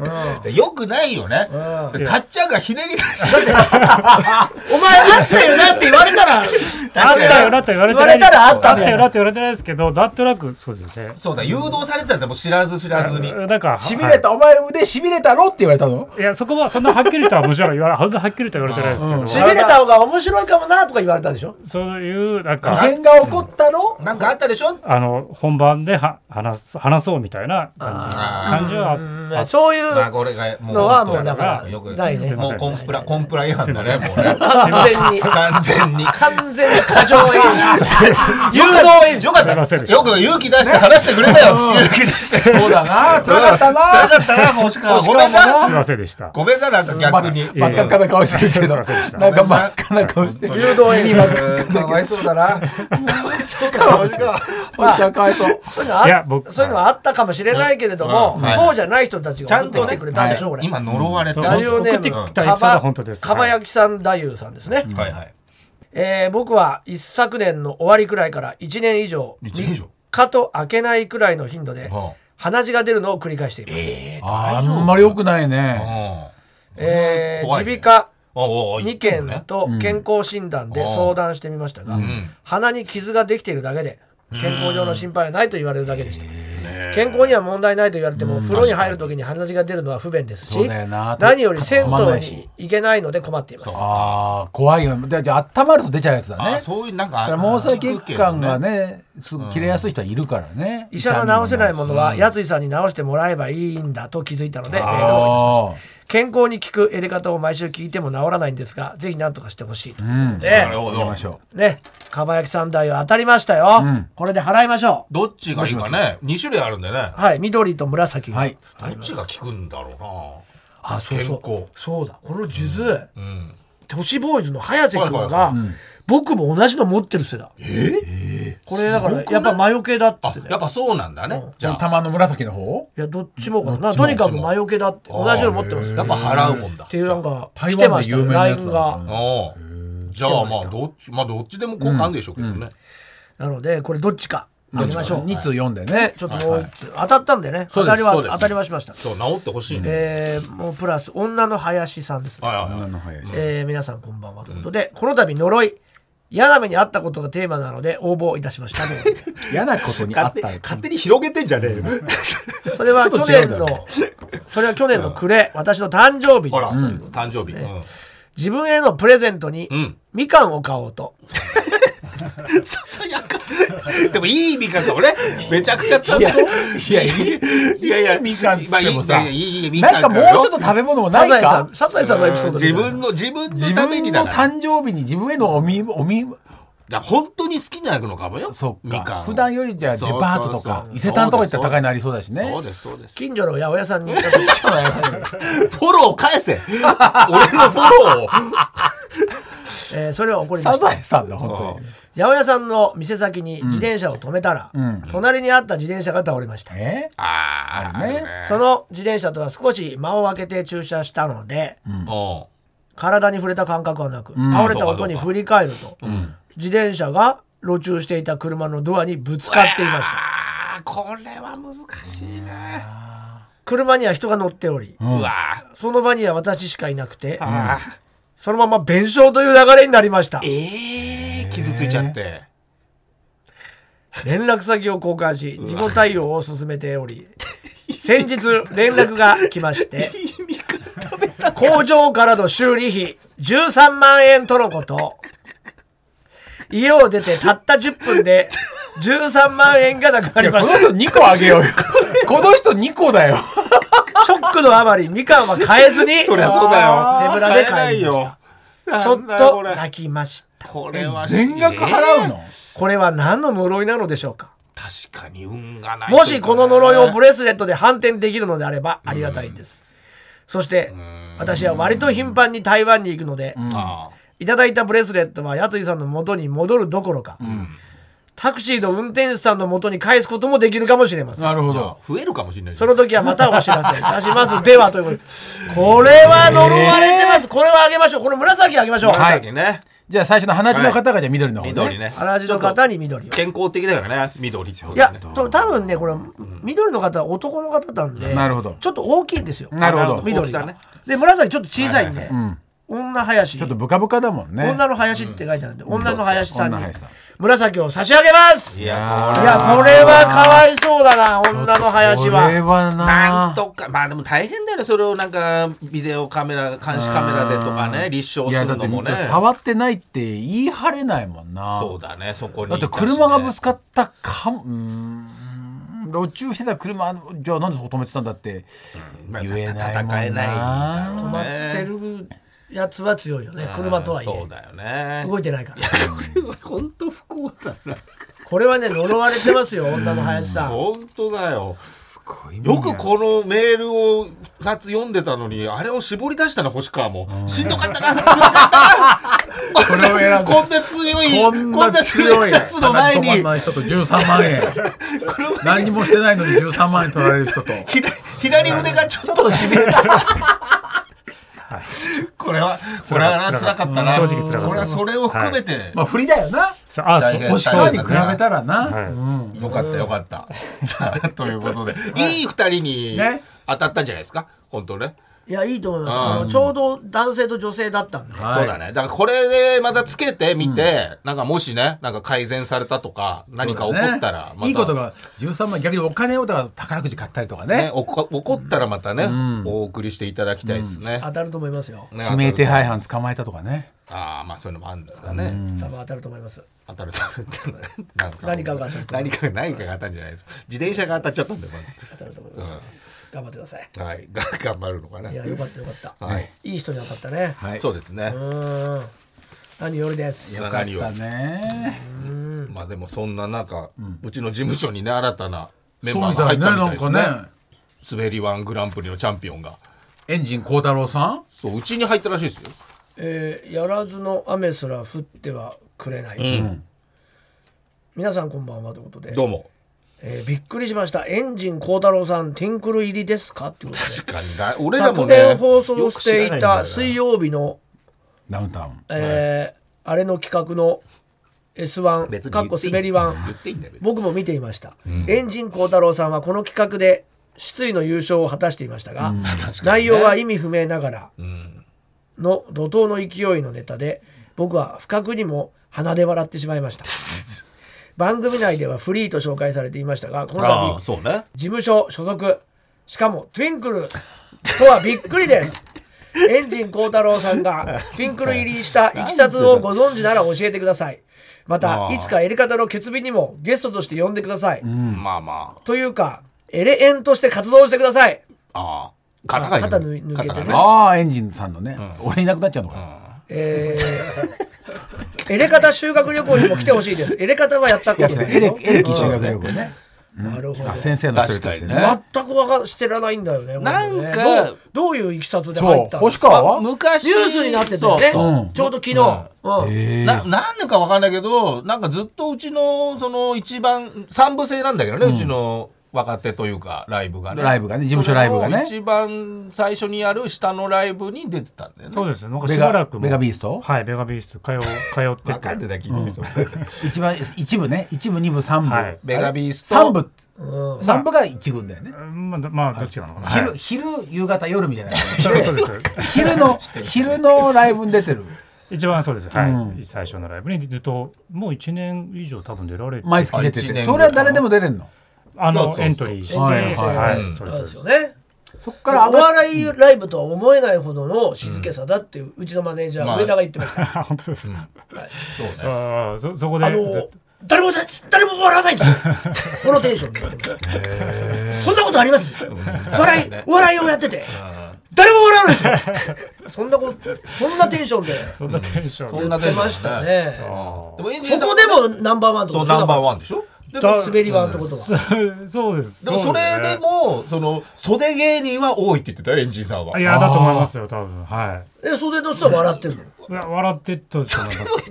Speaker 2: あ。
Speaker 3: よくないよね。でたっちゃんがひねり出し
Speaker 1: お前あったよなって言われたら
Speaker 3: かに
Speaker 4: あったよなと言われ
Speaker 1: 言
Speaker 4: てない
Speaker 1: われたらあった
Speaker 4: あっ
Speaker 1: ね
Speaker 4: たよなと言われてないですけど、なんとなく、そうですね。
Speaker 3: そうだ、誘導されてたんだ、もう知らず知らずに。
Speaker 4: なんか、
Speaker 2: しびれた、お前腕しびれたろって言われたの
Speaker 4: はいいや、そこはそんなはっきりとはもちろん言われ、はっきりとは言われてないですけど、
Speaker 1: しびれた方が面白いかもなとか言われたんでしょ
Speaker 4: そういう、なん
Speaker 2: 異
Speaker 4: か、
Speaker 2: 変が起こったろ
Speaker 3: なんかあったでしょ
Speaker 4: あの、本番では話す、話そうみたいな感じ、感じはあっ
Speaker 1: うんそういう
Speaker 3: まあ、これが、もう。
Speaker 1: のはもうだ
Speaker 4: から
Speaker 3: よく。
Speaker 1: ないね
Speaker 3: もうコンプラ、コンプラ違反だね、もうね。
Speaker 1: 完全に
Speaker 3: 完全に。
Speaker 1: 完全に過剰 演出誘導演出
Speaker 3: よかっ
Speaker 4: すいま
Speaker 3: た。
Speaker 4: せんでした
Speaker 3: よく勇気出して話してくれたよ。勇気出して。
Speaker 2: そうだな、辛かったな。
Speaker 3: 辛かったな、星川。
Speaker 2: 星
Speaker 3: ご
Speaker 2: 川
Speaker 3: め
Speaker 2: も
Speaker 3: ん
Speaker 2: な
Speaker 4: た。
Speaker 3: な。
Speaker 4: すいませんでした。
Speaker 3: ごめんな、なんか逆に。
Speaker 2: 真っ赤っかな顔してるけど、
Speaker 4: いやいやすいませんでした
Speaker 2: なんか真っ赤な顔してる。
Speaker 1: 誘導演出
Speaker 3: かわいそうだな。
Speaker 2: 星はかわいそう。
Speaker 1: そういうのあ
Speaker 4: いや僕
Speaker 1: そういうのはあったかもしれないけれども、
Speaker 3: はい
Speaker 1: そうじゃない人たち
Speaker 3: ちゃ
Speaker 1: が送
Speaker 3: ん
Speaker 1: って
Speaker 3: と
Speaker 1: きてくれたんでしょ、これ。
Speaker 3: 今呪われて
Speaker 4: うん
Speaker 3: る
Speaker 1: ラジオネ
Speaker 4: 送って
Speaker 1: ーム
Speaker 4: きたエピソードは本当です
Speaker 1: かば焼きさん太夫さんですね、
Speaker 3: はいはい。
Speaker 1: えー僕は一昨年の終わりくらいから1年以上
Speaker 3: 一年以上
Speaker 1: かと開けないくらいの頻度で
Speaker 3: はあ
Speaker 1: 鼻血が出るのを繰り返しています
Speaker 2: あんまり良くないね。
Speaker 1: えー
Speaker 3: 怖いね
Speaker 1: 耳鼻科
Speaker 3: おうおう
Speaker 1: 2件と健康診断で相談してみましたが、鼻に傷ができているだけで健康上の心配はないと言われるだけでした、健康には問題ないと言われても、風呂に入るときに鼻血が出るのは不便ですし
Speaker 2: そうだよな
Speaker 1: 何より銭
Speaker 2: 止まん
Speaker 1: 湯
Speaker 2: ないし
Speaker 1: に行けないので困っています
Speaker 2: ああ、怖いよ。でじゃあ、温まると出ちゃうやつだ
Speaker 3: あ
Speaker 2: ね。
Speaker 3: そういうなんか
Speaker 2: だから毛細血管がね、すぐ切れやすい人はいるからね。
Speaker 1: 医者が治せないものはやついさんに治してもらえばいいんだと気づいたのでメールをいたしま
Speaker 2: あ
Speaker 1: した健康に効くやり方を毎週聞いても治らないんですがぜひ何とかしてほしいということで、
Speaker 3: なるほ
Speaker 2: あ、行き
Speaker 3: ど
Speaker 2: ましょ
Speaker 1: ねかばやきさん代は当たりましたよ、これで払いましょ
Speaker 3: どっちがいいかね二種類あるんでね
Speaker 1: うはい緑と紫
Speaker 2: う。
Speaker 1: が
Speaker 2: はい。
Speaker 3: どっちが効くんだろ
Speaker 1: あそうそう
Speaker 3: 健康
Speaker 1: そうだこの数珠、
Speaker 3: うなうん
Speaker 1: 都市ボーイズの早瀬君
Speaker 3: はいはい
Speaker 1: が僕も同じの持ってる世だこれだからやっぱ魔除けだっつ
Speaker 3: あ
Speaker 1: ってね
Speaker 3: やっぱそうなんだねじ
Speaker 2: じ
Speaker 3: ゃ
Speaker 2: ゃあ、
Speaker 3: あ
Speaker 2: 玉の紫の方
Speaker 1: いやどっちもかななとにかく魔除けだって同じの持ってます
Speaker 3: やっぱ払うもんだ
Speaker 1: っていうなんか
Speaker 2: 台
Speaker 1: 来て
Speaker 2: 湾
Speaker 1: ま
Speaker 2: で
Speaker 1: した
Speaker 2: 有
Speaker 1: よ
Speaker 2: 名なやつ
Speaker 1: LINE
Speaker 2: だ
Speaker 1: が
Speaker 3: ああじゃあまあどっちまあどっちでも交換でしょうけどね
Speaker 1: なのでこれどっちか
Speaker 2: ど
Speaker 1: 当
Speaker 2: ってち
Speaker 1: ま
Speaker 2: か
Speaker 1: しょう
Speaker 2: 2通読んでね。
Speaker 1: ちょっともう一つ当たったんでね当たりは
Speaker 3: そうです
Speaker 1: 当たりはしました
Speaker 3: そう治ってほしいね
Speaker 1: えーもうプラス女の林さんですね
Speaker 3: はいはいはい
Speaker 1: えー皆さんこんばんはということでこの度呪い嫌な目にあったことがテーマなので応募いたしましたということで
Speaker 2: 嫌なことにあ
Speaker 3: 勝
Speaker 2: っ
Speaker 3: 手
Speaker 2: たら
Speaker 3: 勝手に広げてんじゃねえよ
Speaker 1: それは
Speaker 2: ちょ
Speaker 1: 去年
Speaker 2: っと違うだ
Speaker 1: の
Speaker 2: ろ
Speaker 1: それは去年の暮れ私の誕生日
Speaker 3: ほ
Speaker 1: で
Speaker 3: ら
Speaker 1: す
Speaker 3: 誕生日うん
Speaker 1: 自分へのプレゼントに
Speaker 3: ん
Speaker 1: みかんを買おうと
Speaker 3: ささやか。でもいい味方をね、めちゃくちゃちゃんと。いやいやいや、
Speaker 2: みかんっつってもさ
Speaker 3: まあいいいやいやいいみかん
Speaker 2: なんかもうちょっと食べ物もな
Speaker 1: サ
Speaker 2: い
Speaker 1: ザエさ
Speaker 2: か
Speaker 1: んサザエさんのエピソードみた
Speaker 3: 自
Speaker 1: いな
Speaker 3: 分の、自分
Speaker 2: 自
Speaker 3: のために
Speaker 2: 分
Speaker 3: だ
Speaker 2: の
Speaker 3: から。だか
Speaker 2: 誕生日に自分へのおみ、おみ、
Speaker 3: ら本当に好きなのかもよ。
Speaker 2: そう
Speaker 3: みか
Speaker 2: か
Speaker 3: ん。。
Speaker 2: 普段よりじゃあデパートと
Speaker 3: そうそう
Speaker 2: か
Speaker 3: そう
Speaker 2: 伊勢丹とか行ったら高いのありそうだしね。
Speaker 3: そうです、そうです。
Speaker 1: 近所の八百屋さんに
Speaker 3: フォロー返せ。俺のフォローを。
Speaker 1: えーそれを怒りま
Speaker 2: サ
Speaker 1: し
Speaker 2: ザ
Speaker 1: た
Speaker 2: エさんだ本
Speaker 1: 八百屋さんの店先に自転車を止めたら、隣にあった自転車が倒れました、
Speaker 2: 当に。え
Speaker 3: ああ、
Speaker 2: あるね
Speaker 3: あるね
Speaker 1: その自転車とは少し間を空けて駐車したので、
Speaker 3: うん
Speaker 1: 体に触れた感覚はなく、倒れた音に振り返ると、自転車が路駐していた車のドアにぶつかっていました
Speaker 3: ああ、これは難しいね。
Speaker 1: 車には人が乗っており、
Speaker 3: うわ
Speaker 1: その場には私しかいなくて、
Speaker 3: あ。
Speaker 1: そのまま弁償という流れになりました
Speaker 3: ええ、傷ついちゃって。
Speaker 1: 連絡先を交換し自己対応を進めており 先日連絡が来ま して工場からの修理費13万円とのこと家を出てたった10分で13万円がなくなり
Speaker 2: こ
Speaker 1: ま
Speaker 2: の
Speaker 1: した
Speaker 2: 人2個あげようよ。 この人2個だよ。
Speaker 1: ショックのあまりみかんは買えずに
Speaker 3: そりゃそうだよ。
Speaker 1: 手ぶらで買い
Speaker 3: 買え
Speaker 1: まし
Speaker 3: な
Speaker 1: た
Speaker 3: よ
Speaker 1: ちょっ
Speaker 3: なんだよことれ
Speaker 1: 泣きました
Speaker 3: これは
Speaker 2: 全額払うの
Speaker 1: これは何の呪いなのでしょうか
Speaker 3: 確かに運がない
Speaker 1: もしこの呪いをブレスレットで反転できるのであればありがたいです、そして私は割と頻繁に台湾に行くので、
Speaker 3: あ
Speaker 1: いただいたブレスレットはやついさんの元に戻るどころか、タクシーの運転手さんの元に返すこともできるかもしれません
Speaker 2: なるほ
Speaker 3: あ
Speaker 2: ど。
Speaker 3: 増えるかもしれない
Speaker 1: その時はまたお知らせいたします。 ではということで、これは呪われてます。これはあげましょう。これ紫あげましょう。
Speaker 3: さっきね
Speaker 2: じゃあ最初の鼻血の方がじゃあ緑の方ね。
Speaker 3: 緑ね
Speaker 1: 原地の方に緑を。い
Speaker 3: 健康的だよね緑ってこと
Speaker 1: や、
Speaker 3: ね
Speaker 1: と多分ね、これ、緑の方は男の方なんで、
Speaker 2: なるほど
Speaker 1: ちょっと大きいんですよ。
Speaker 2: なるほど
Speaker 3: 大き
Speaker 1: 緑
Speaker 3: さ
Speaker 1: が、
Speaker 3: ね
Speaker 1: で、紫ちょっと小さいんで、女林。
Speaker 2: ちょっとブカブカだもんね。
Speaker 1: 女の林って書いてあるんで、女の林さんに
Speaker 2: 女の林さん
Speaker 1: 紫を差し上げますい
Speaker 3: い
Speaker 1: や、
Speaker 3: やこれ
Speaker 1: これはかわいそうだな、女の林
Speaker 2: こ
Speaker 1: は。
Speaker 2: れは
Speaker 3: なん
Speaker 2: な。
Speaker 3: とかまあでも大変だよねそれをなんかビデオカメラ監視カメラでとかね立証
Speaker 2: い
Speaker 3: す
Speaker 2: や
Speaker 3: る
Speaker 2: だっ
Speaker 3: の
Speaker 2: て
Speaker 3: もね
Speaker 2: 触ってないって言い張れないもんな。
Speaker 3: そうだねそこに
Speaker 2: だって車がぶつかったかもうーん路中してた車じゃあなんでそこ止めてたんだって
Speaker 3: まあ
Speaker 2: 言えないもんな
Speaker 3: 戦えないんだろう
Speaker 1: 止まって
Speaker 3: ね
Speaker 1: るやつは強いよね、車とはい
Speaker 3: そう
Speaker 1: え。
Speaker 3: だよね
Speaker 1: 動いてないから。
Speaker 3: これは本当不幸だな
Speaker 1: これはね呪われてますよ女の林さん
Speaker 3: 本当だよよくこのメールを2つ読んでたのにあれを絞り出したの星川もしんどかったな
Speaker 2: これを選ん
Speaker 3: こんな強い
Speaker 2: こ
Speaker 3: こ
Speaker 2: ん
Speaker 3: ん
Speaker 2: な
Speaker 3: な
Speaker 2: 強
Speaker 3: 強
Speaker 2: い
Speaker 3: い2つの前に
Speaker 2: 止まんない人と13万円何にもしてないのに13万円取られる人と
Speaker 3: 左左腕がちょっとしびれたこれはこれはつらかったな
Speaker 4: 正直辛かった
Speaker 3: これはそれを含めて
Speaker 2: まあ振りだよな
Speaker 4: そうあそう
Speaker 3: 大変
Speaker 2: 星川に比べ
Speaker 4: そうですね
Speaker 2: たらな、
Speaker 4: はい
Speaker 2: うん
Speaker 3: よかったよかった さあということでいい2人に
Speaker 2: ね
Speaker 3: 当たったんじゃないですか本当ね
Speaker 1: いやいいと思います
Speaker 3: うん
Speaker 1: あのちょうど男性と女性だったんで
Speaker 2: はい
Speaker 3: そうだね。だからこれでまたつけてみて、なんかもしね、なんか改善されたとか、何か起こったら、また
Speaker 2: いいことが13万円逆にお金をだから宝くじ買ったりとかね
Speaker 3: ね、おこ起こったらまたね、お送りしていただきたいですね。
Speaker 1: 当たると思いますよ
Speaker 3: ね
Speaker 2: 指名手配犯捕まえたとかね
Speaker 3: ああ、まあそういうのもあるんですかね。
Speaker 1: 多分当たると思います
Speaker 3: 当たると当たるなんか
Speaker 1: 何かが当たる
Speaker 3: 何かが何かが当たるんじゃないですか。自転車が当たっちゃったんで、ま
Speaker 1: 当たると思います頑張ってください
Speaker 3: ず。はい。が頑張るのか
Speaker 1: いや
Speaker 3: ね。
Speaker 1: よかったよかった
Speaker 3: はい
Speaker 1: いい人に当たったね
Speaker 2: はい
Speaker 3: そうですね
Speaker 1: う。ーん何よりです
Speaker 3: いや何を
Speaker 2: だね
Speaker 3: まあでもそんな中、うちの事務所にね、新たなメン
Speaker 2: そう
Speaker 3: バー
Speaker 2: みた
Speaker 3: が
Speaker 2: い
Speaker 3: 入
Speaker 2: ね
Speaker 3: った
Speaker 2: な
Speaker 3: みた
Speaker 2: ん
Speaker 3: いです
Speaker 2: か
Speaker 3: ね。
Speaker 2: ね
Speaker 3: 滑りワングランプリのチャンピオンが。
Speaker 2: エンジン孝太郎さん
Speaker 3: そう、うちに入ったらしいですよ。
Speaker 1: えーやらずの雨すら降ってはくれない皆さんこんばんはということで
Speaker 3: どうも。
Speaker 1: えーびっくりしましたエンジン幸太郎さんティンクル入りですかってことで
Speaker 3: 確かにな俺らも
Speaker 1: 昨
Speaker 3: ね
Speaker 1: 年放送していた水
Speaker 3: 水
Speaker 1: 曜日の、
Speaker 2: ダウンタウン
Speaker 1: えーあれの企画の S1 かっこ滑り1
Speaker 3: 言っていいんだよ別に
Speaker 1: 僕も見ていました、エンジン幸太郎さんはこの企画で失意の優勝を果たしていましたが、内容は意味不明ながらの怒涛の勢いのネタで僕は不覚にも鼻で笑ってしまいました 番組内ではフリーと紹介されていましたがこの
Speaker 3: ああ
Speaker 1: 度
Speaker 3: そうね
Speaker 1: 事務所所属しかもトゥインクルとはびっくり ですエンジン幸太郎さんがトゥインクル入りしたいきさつをご存知なら教えてくださいま
Speaker 3: あ
Speaker 1: た
Speaker 3: ー
Speaker 1: いつかエレカタの決日にもゲストとして呼んでください、
Speaker 3: まあま
Speaker 1: というかエレエンとして活動してください、
Speaker 3: あああ肩が
Speaker 1: あ肩抜い抜けてね
Speaker 3: 肩が
Speaker 2: ああエンジンさんのね、俺いなくなっちゃうのかな、
Speaker 1: え ーエレカタ修学旅行にも来てほしいですエレカタはやったことない
Speaker 2: エレエレキ修学旅行ね、
Speaker 1: うんなるほど
Speaker 2: あ先生の一人としてね
Speaker 3: 確か
Speaker 1: 全くわか知らないんだよね
Speaker 3: なんか
Speaker 1: これねどうどういういきさつで入
Speaker 2: そ
Speaker 1: っ
Speaker 2: う
Speaker 1: たの
Speaker 2: 星川は
Speaker 3: 昔
Speaker 1: ニュースになってたよね
Speaker 3: そうそう
Speaker 1: ちょうど昨日、うん
Speaker 3: ななんでかわかんないけどなんかずっとうちのその一番三部制なんだけどね、うちの若手というかライブがね
Speaker 2: ライブがね事務所ライブがね
Speaker 3: それの一番最初にやる下のライブに出てたんだよね
Speaker 4: そうですよなんか
Speaker 2: ベ
Speaker 4: しばら
Speaker 2: ガ
Speaker 4: くも
Speaker 2: ベガビースト
Speaker 4: はいベガビースト通う通って
Speaker 3: わかん
Speaker 4: て
Speaker 3: でだ聞いてみて、
Speaker 2: 一番一部ね一部二部三部、
Speaker 4: はい
Speaker 3: ベガビースト
Speaker 2: 三部
Speaker 1: う
Speaker 2: 三部が一軍だよね、
Speaker 4: うんまあどまあどっちなのかなはい
Speaker 2: 昼昼夕方夜みたいな
Speaker 4: そうですそうです
Speaker 2: 昼の昼のライブに出てる
Speaker 4: 一番そうですはい、最初のライブにずっともう1年以上多分出られて
Speaker 2: 毎月出て
Speaker 3: あ一
Speaker 2: て
Speaker 3: 年
Speaker 2: それは誰でも出れるの
Speaker 4: あ
Speaker 3: そうそ
Speaker 4: の
Speaker 3: うそう
Speaker 4: エントリーして
Speaker 2: はい
Speaker 4: はい、
Speaker 2: はい
Speaker 1: うん
Speaker 4: そう
Speaker 1: そう
Speaker 4: で
Speaker 1: ですす
Speaker 4: そう
Speaker 1: よ
Speaker 4: です
Speaker 1: ね
Speaker 2: そっ
Speaker 1: お
Speaker 2: から上が
Speaker 1: 笑いライブとは思えないほどの静けさだっていううちのマネージャ
Speaker 3: ま
Speaker 1: ー
Speaker 3: あ
Speaker 1: 上田が言ってました、
Speaker 4: あ本当ですか、
Speaker 3: そうね
Speaker 4: ああそそこ
Speaker 1: あ
Speaker 4: で
Speaker 1: の
Speaker 4: ずっ
Speaker 1: ー
Speaker 4: と、
Speaker 1: 誰もさ誰も笑わないんですよこのテンションで言ってましたそんなことあります笑いお笑いをやってて誰も笑わないんですよそんなことそんなテンションで
Speaker 4: そんなテンションで、
Speaker 3: そんなテンション
Speaker 1: 出ましたね
Speaker 3: でもエンジン
Speaker 1: そ
Speaker 3: さん
Speaker 1: こでもナンバーワンと
Speaker 3: そう
Speaker 1: か
Speaker 3: ナンバーワンでしょ
Speaker 1: でも滑りはってことは
Speaker 4: そう そうです。
Speaker 3: でもそう
Speaker 4: す
Speaker 3: れ
Speaker 4: ね
Speaker 3: でもその袖芸人は多いって言ってたよエンジンさんはい
Speaker 4: や、だと思いますよ、多分。は
Speaker 1: えそれの人は笑ってるの
Speaker 4: い。いや笑ってったと思いま す。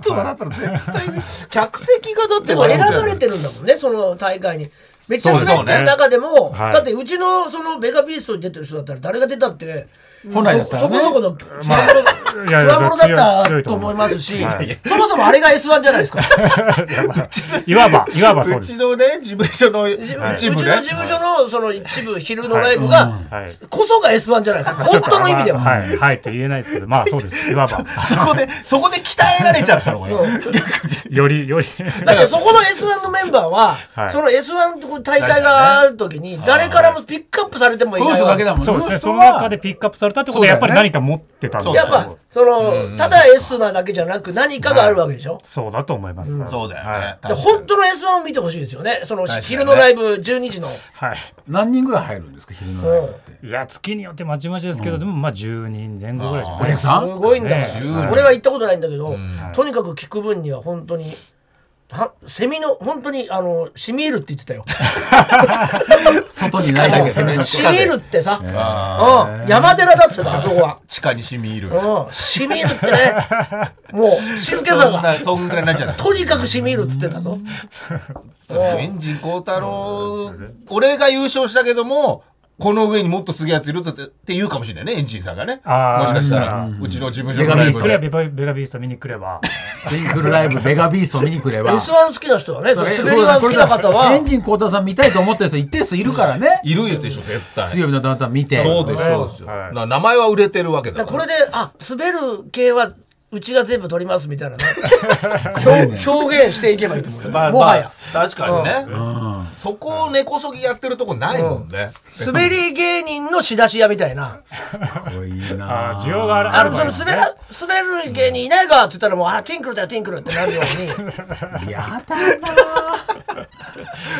Speaker 3: 人笑ったら絶対客席がだって
Speaker 1: でも選
Speaker 3: 笑うじゃん
Speaker 1: ばれてるんだもんねその大会にめっちゃ滑
Speaker 3: そう
Speaker 1: っ
Speaker 3: で
Speaker 1: て
Speaker 3: す
Speaker 1: る
Speaker 3: ね
Speaker 1: 中でも
Speaker 4: はい
Speaker 1: だってうちのそのベガビーストに出てる人だったら誰が出たって
Speaker 2: 本来だった
Speaker 1: そ
Speaker 2: ら
Speaker 1: こ
Speaker 2: ね
Speaker 1: そこの
Speaker 4: はいいやいや
Speaker 1: 強者だった
Speaker 4: 強い強い
Speaker 1: と思いますし
Speaker 4: は
Speaker 1: そもそもあれが S1 じゃないですか
Speaker 4: いわば、いわばそう
Speaker 3: う
Speaker 4: で
Speaker 3: ち
Speaker 4: す。
Speaker 3: のね事務所の一
Speaker 1: うちう
Speaker 3: 部
Speaker 1: ちの
Speaker 3: ね
Speaker 1: 事務所のその一部昼のライブが
Speaker 4: はい。
Speaker 1: こそが S1 じゃないですか本当の意味では
Speaker 4: まあはい、はいと言えないですけど、まあそうです。いわば、
Speaker 3: そこでそこで鍛えられちゃったのがね
Speaker 4: より、より。
Speaker 1: だってそこの S1 のメンバーは、
Speaker 4: はい
Speaker 1: その S1 の大会がある時に誰からもピックアップされてもい
Speaker 2: この
Speaker 1: ない
Speaker 2: 人
Speaker 1: わ
Speaker 2: だ
Speaker 1: け
Speaker 2: け
Speaker 1: や
Speaker 2: だもん
Speaker 4: そうですね。その中でピックアップされたってことは、や
Speaker 2: そ
Speaker 4: っ
Speaker 2: う
Speaker 4: ぱ
Speaker 2: だよね
Speaker 4: り何か持ってたんだ
Speaker 3: そうだ
Speaker 1: っ
Speaker 3: よね
Speaker 1: ぱそのただ S なだけじゃなく何かがあるわけでしょ
Speaker 4: そうだと思います。
Speaker 3: そうだよね
Speaker 4: は
Speaker 1: で本当の S1 を見てほしいですよねその
Speaker 3: 確かにね
Speaker 1: 昼のライブ12時の
Speaker 4: い。は
Speaker 2: 何人ぐらい入るんですか昼のライブって
Speaker 4: い。いや、月によってまちまちですけど、でもまあ10人前後ぐらいじゃ
Speaker 2: お
Speaker 4: ないで
Speaker 2: 客
Speaker 4: すか。
Speaker 1: す
Speaker 2: さん
Speaker 1: ごいんだから
Speaker 4: そう
Speaker 3: ですね
Speaker 1: 俺は行ったことないんだけどとにかく聞く分には本当にはセミの本当にあのシミールって言ってたよ
Speaker 2: 外にないだけでね
Speaker 1: シミールってさ、うん、山寺だってたあそこは。
Speaker 3: 地下に染み入る
Speaker 1: うん、しみるってね、もう静けさ
Speaker 3: そん
Speaker 1: が、
Speaker 3: なそんぐらいになっちゃった
Speaker 1: とにかくしみるっつってたぞ。
Speaker 3: エンジン幸太郎俺が優勝したけどもこの上にもっとすげえやついるとってって言うかもしれないねエンジンさんがね
Speaker 4: あー
Speaker 3: もしかした
Speaker 4: う
Speaker 3: ら
Speaker 4: ん
Speaker 3: うちの事務所のライブ
Speaker 4: 来れ
Speaker 3: で
Speaker 4: ば、ベガベガビースト見に来れば。
Speaker 2: シングルライブメガビースト見に来れば
Speaker 1: S1 好きな人はね、その滑りが好きな方
Speaker 2: これだ
Speaker 1: は、
Speaker 2: エンジン幸太さん見たいと思ってる人一定数いるからね
Speaker 3: いるやつでしょ絶対
Speaker 2: 水曜日のダウンタウン見て
Speaker 3: そうでしょ
Speaker 4: そうですよはい
Speaker 3: な名前は売れてるわけだ
Speaker 1: だ
Speaker 3: か
Speaker 1: からこ
Speaker 3: ら
Speaker 1: れで、あ、滑る系は、うちが全部取りますみた いなね、表表現していけばいいと思うよ。
Speaker 3: まあ
Speaker 1: もはや。
Speaker 3: まあ確かにねそこを根こそぎやってるとこないもんね
Speaker 1: 滑り芸人の仕出し屋みたいな。
Speaker 2: かっこいい
Speaker 4: あ
Speaker 2: な
Speaker 4: ー需要がある。
Speaker 1: あ
Speaker 4: ある
Speaker 1: の、その滑ら、滑る芸人いないかって言ったらもう、あ、ティンクルだよ、ティンクルってなるよ うに。
Speaker 2: やだな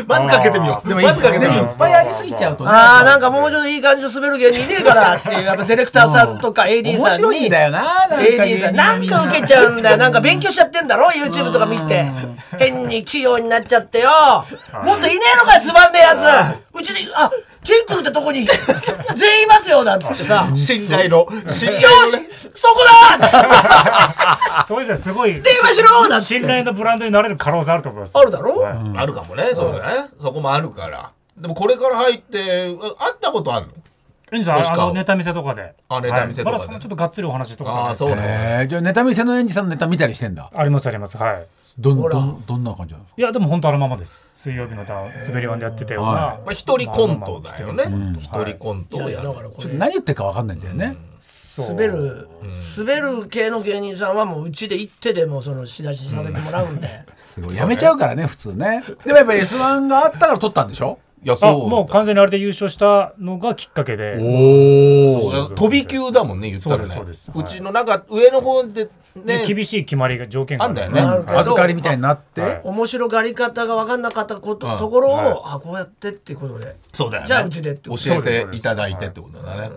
Speaker 3: まずかけてみよう
Speaker 2: でもい
Speaker 3: まずかけてみ
Speaker 2: い
Speaker 3: よう
Speaker 2: っぱいありすぎちゃうとね
Speaker 1: ああ、なんかもうちょっといい感じの滑る芸人いねえからっていう、やっぱディレクターさんとか AD さんに。
Speaker 2: 面白いんだよななんか
Speaker 1: AD さんなんか受けちゃうんだよなんか勉強しちゃってんだろ YouTube とか見て変に器用になっちゃってよもっといねえのかよつまんねえやつうちにあティンクルってとこに 全員いますよなんつってさよ
Speaker 3: 信頼の信頼のね
Speaker 1: しそこだ
Speaker 4: そういうのはすごい、
Speaker 1: 電話しろなんつっ
Speaker 4: 信
Speaker 1: て
Speaker 4: 頼のブランドになれる可能性あると思います。
Speaker 1: あるだろ
Speaker 4: はい
Speaker 3: あるかもねそうだねそこもあるからでもこれから入ってえ会ったことあるの
Speaker 4: エンジさん、
Speaker 3: 確か
Speaker 4: あのネタ見せとかで。
Speaker 3: あネタ見せとかで
Speaker 4: はいまだそのちょっとがっつりお話とか。
Speaker 3: ああそうね
Speaker 2: えーじゃあネタ見せのエンジンさんのネタ見たりしてんだ
Speaker 4: ありますあります。はい。
Speaker 2: どん
Speaker 1: ほら
Speaker 2: どんどんな感じなんですか
Speaker 4: いや、でも本当あのままです。水曜日のダウン、滑り湾でやってたよう
Speaker 2: は
Speaker 4: な。
Speaker 3: まあ一人コントだよね一人コント
Speaker 1: いや
Speaker 3: を
Speaker 1: い
Speaker 3: や
Speaker 1: や
Speaker 3: る
Speaker 1: だからこ
Speaker 2: ちょっ
Speaker 1: れ
Speaker 2: と何言ってるかわかんないんだよね
Speaker 4: そう
Speaker 1: 滑。る滑る系の芸人さんはもううちで行ってでもその仕出しさせてもらうんで
Speaker 2: すごいやめちゃうからね普通ねでもやっぱ S1 があったから取ったんでしょ
Speaker 3: いや
Speaker 4: あ、
Speaker 3: そう
Speaker 4: もう完全にあれで優勝したのがきっかけで。
Speaker 2: おお
Speaker 3: 飛び級だもんね言ったらね
Speaker 4: そうですそう
Speaker 3: う
Speaker 4: です
Speaker 3: ちのなんか上の方で
Speaker 4: で
Speaker 3: ね
Speaker 4: 厳しい決まりが、条件が
Speaker 3: あ
Speaker 4: る
Speaker 3: んだよ
Speaker 1: なるほ
Speaker 3: ね
Speaker 1: ど
Speaker 2: 預かりみたいになって、
Speaker 4: はい
Speaker 1: 面白がり方が分かんなかったこと
Speaker 3: うん
Speaker 1: ところを、
Speaker 4: はい
Speaker 1: あこうやってっていうことで
Speaker 3: そうだよね
Speaker 1: じゃあうちでって
Speaker 3: 教
Speaker 1: こと
Speaker 3: えていただいてってことだね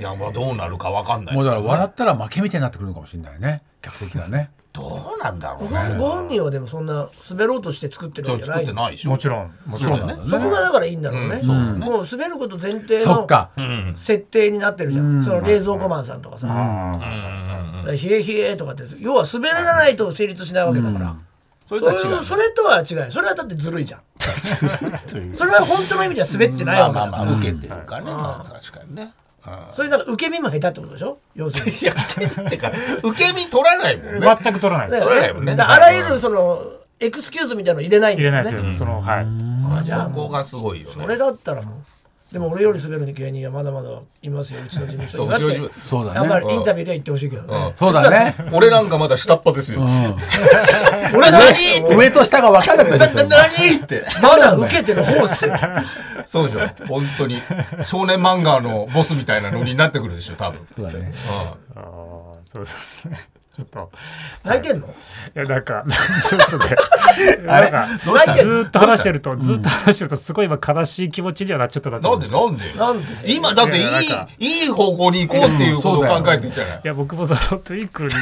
Speaker 3: いやまあどうなるかわかんない
Speaker 2: もうだから笑ったら負けみたいになってくるのかもしれないね客席がね
Speaker 3: どうなんだろう
Speaker 1: ご
Speaker 3: ね
Speaker 1: ご本人はでもそんな滑ろうとして作ってる
Speaker 3: じゃ
Speaker 1: わ
Speaker 3: あ
Speaker 1: けじゃな
Speaker 3: 作っ
Speaker 1: い
Speaker 3: て
Speaker 1: の
Speaker 3: ないでしょ
Speaker 4: もちろん、もちろ
Speaker 3: そ
Speaker 4: ん。
Speaker 3: うだよね
Speaker 1: そこがだからいいんだろうね,、
Speaker 3: うんそうだね
Speaker 1: もう滑ること前提
Speaker 2: そ
Speaker 1: の
Speaker 2: っか
Speaker 1: 設定になってるじゃん、その冷蔵庫マンさんとかさ「冷え冷え」とかって要は滑らないと成立しないわけだから、
Speaker 3: それ
Speaker 1: そ
Speaker 3: とは
Speaker 1: れ
Speaker 3: 違う
Speaker 1: それとは違うそれはだってずるいじ ゃんそれは本当の意味では滑ってないわ
Speaker 3: まあ
Speaker 1: けだ
Speaker 3: ま
Speaker 1: から、
Speaker 3: あまあ受けてるからねまあ確かにね
Speaker 1: それだから受け身も下手ってことでしょ要するに
Speaker 3: いやてか受け身取らないもんね
Speaker 4: 全く取らない
Speaker 1: だ
Speaker 4: です。
Speaker 1: よ
Speaker 3: それだ
Speaker 1: ね
Speaker 3: よね
Speaker 1: だからあらゆるそのエクスキューズみたいなの入れないん
Speaker 4: 入
Speaker 1: だ
Speaker 4: れ
Speaker 1: よ
Speaker 4: な
Speaker 1: ね
Speaker 4: いですよ。その、はい。
Speaker 3: そこがすごいよね
Speaker 1: 俺だったらもうでも俺より滑る芸人はまだまだいますようちの事務所
Speaker 3: そう
Speaker 1: に
Speaker 3: うちの事
Speaker 1: だっ
Speaker 3: 務
Speaker 1: て
Speaker 2: そう
Speaker 1: やっ
Speaker 2: だ
Speaker 1: ぱ
Speaker 2: ね
Speaker 1: りインタビューでは言ってほしいけどね、
Speaker 2: そうだね
Speaker 3: 俺なんかまだ下っ端ですよ。
Speaker 1: 俺何
Speaker 2: 上と下が分かんなくなっちゃう
Speaker 3: 何って。
Speaker 1: まだ受けてる方っすよ
Speaker 3: そうでしょ。本当に。少年漫画のボスみたいなのになってくるでしょ、多分。
Speaker 2: そうだね
Speaker 4: あーそうですね。 ちょっと、
Speaker 1: 泣いてんの
Speaker 4: いや、なんか、 そうですね。なんか、
Speaker 1: 泣いて
Speaker 4: ず
Speaker 1: んの
Speaker 4: ーっと話してると、ずーっと話してると、すごい今悲しい気持ちにはなっちゃったなと
Speaker 3: な
Speaker 4: 思
Speaker 3: ん
Speaker 4: う
Speaker 3: でなんで
Speaker 1: なんで
Speaker 3: 今だってい
Speaker 4: いやなんか
Speaker 3: い、いい方向に行こうっていうことを考えてるじゃない。
Speaker 4: いや僕もそのトゥインクルに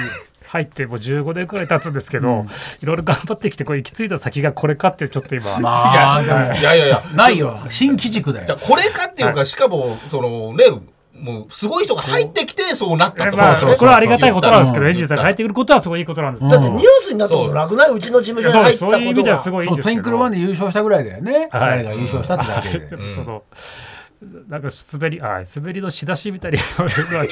Speaker 4: 入ってもう15年くらい経つんですけど、いろいろ頑張ってきてこれ行き着いた先がこれかってちょっと今、
Speaker 2: まあでも
Speaker 3: いやいやいや
Speaker 2: ないよ新基軸だ
Speaker 3: じゃ
Speaker 2: よ
Speaker 3: あこれかっていうかしかもそのねもうすごい人が入ってきてそうなったと
Speaker 4: まあ
Speaker 2: そうそうそう
Speaker 4: これはありがたいことなんですけど、
Speaker 3: うん
Speaker 4: エンジンさんが入ってくることはすごいいいことなんですけ
Speaker 1: だ
Speaker 4: ど、
Speaker 1: ってニュースになったことなくないうちの事務所に
Speaker 4: そう
Speaker 1: 入っ
Speaker 4: です
Speaker 1: た
Speaker 4: そうい
Speaker 1: こ
Speaker 4: う意味
Speaker 1: と
Speaker 4: では
Speaker 1: が
Speaker 4: すごいいい
Speaker 2: そ
Speaker 4: ん
Speaker 2: う
Speaker 4: です
Speaker 2: トイ
Speaker 4: け
Speaker 2: ンク
Speaker 4: ど
Speaker 2: ルワンで優勝したぐらいだよね
Speaker 4: は
Speaker 2: 誰
Speaker 4: い
Speaker 2: が優勝したってだけで
Speaker 4: でもその、なんか滑りあ滑りの仕出しみたいに
Speaker 1: いや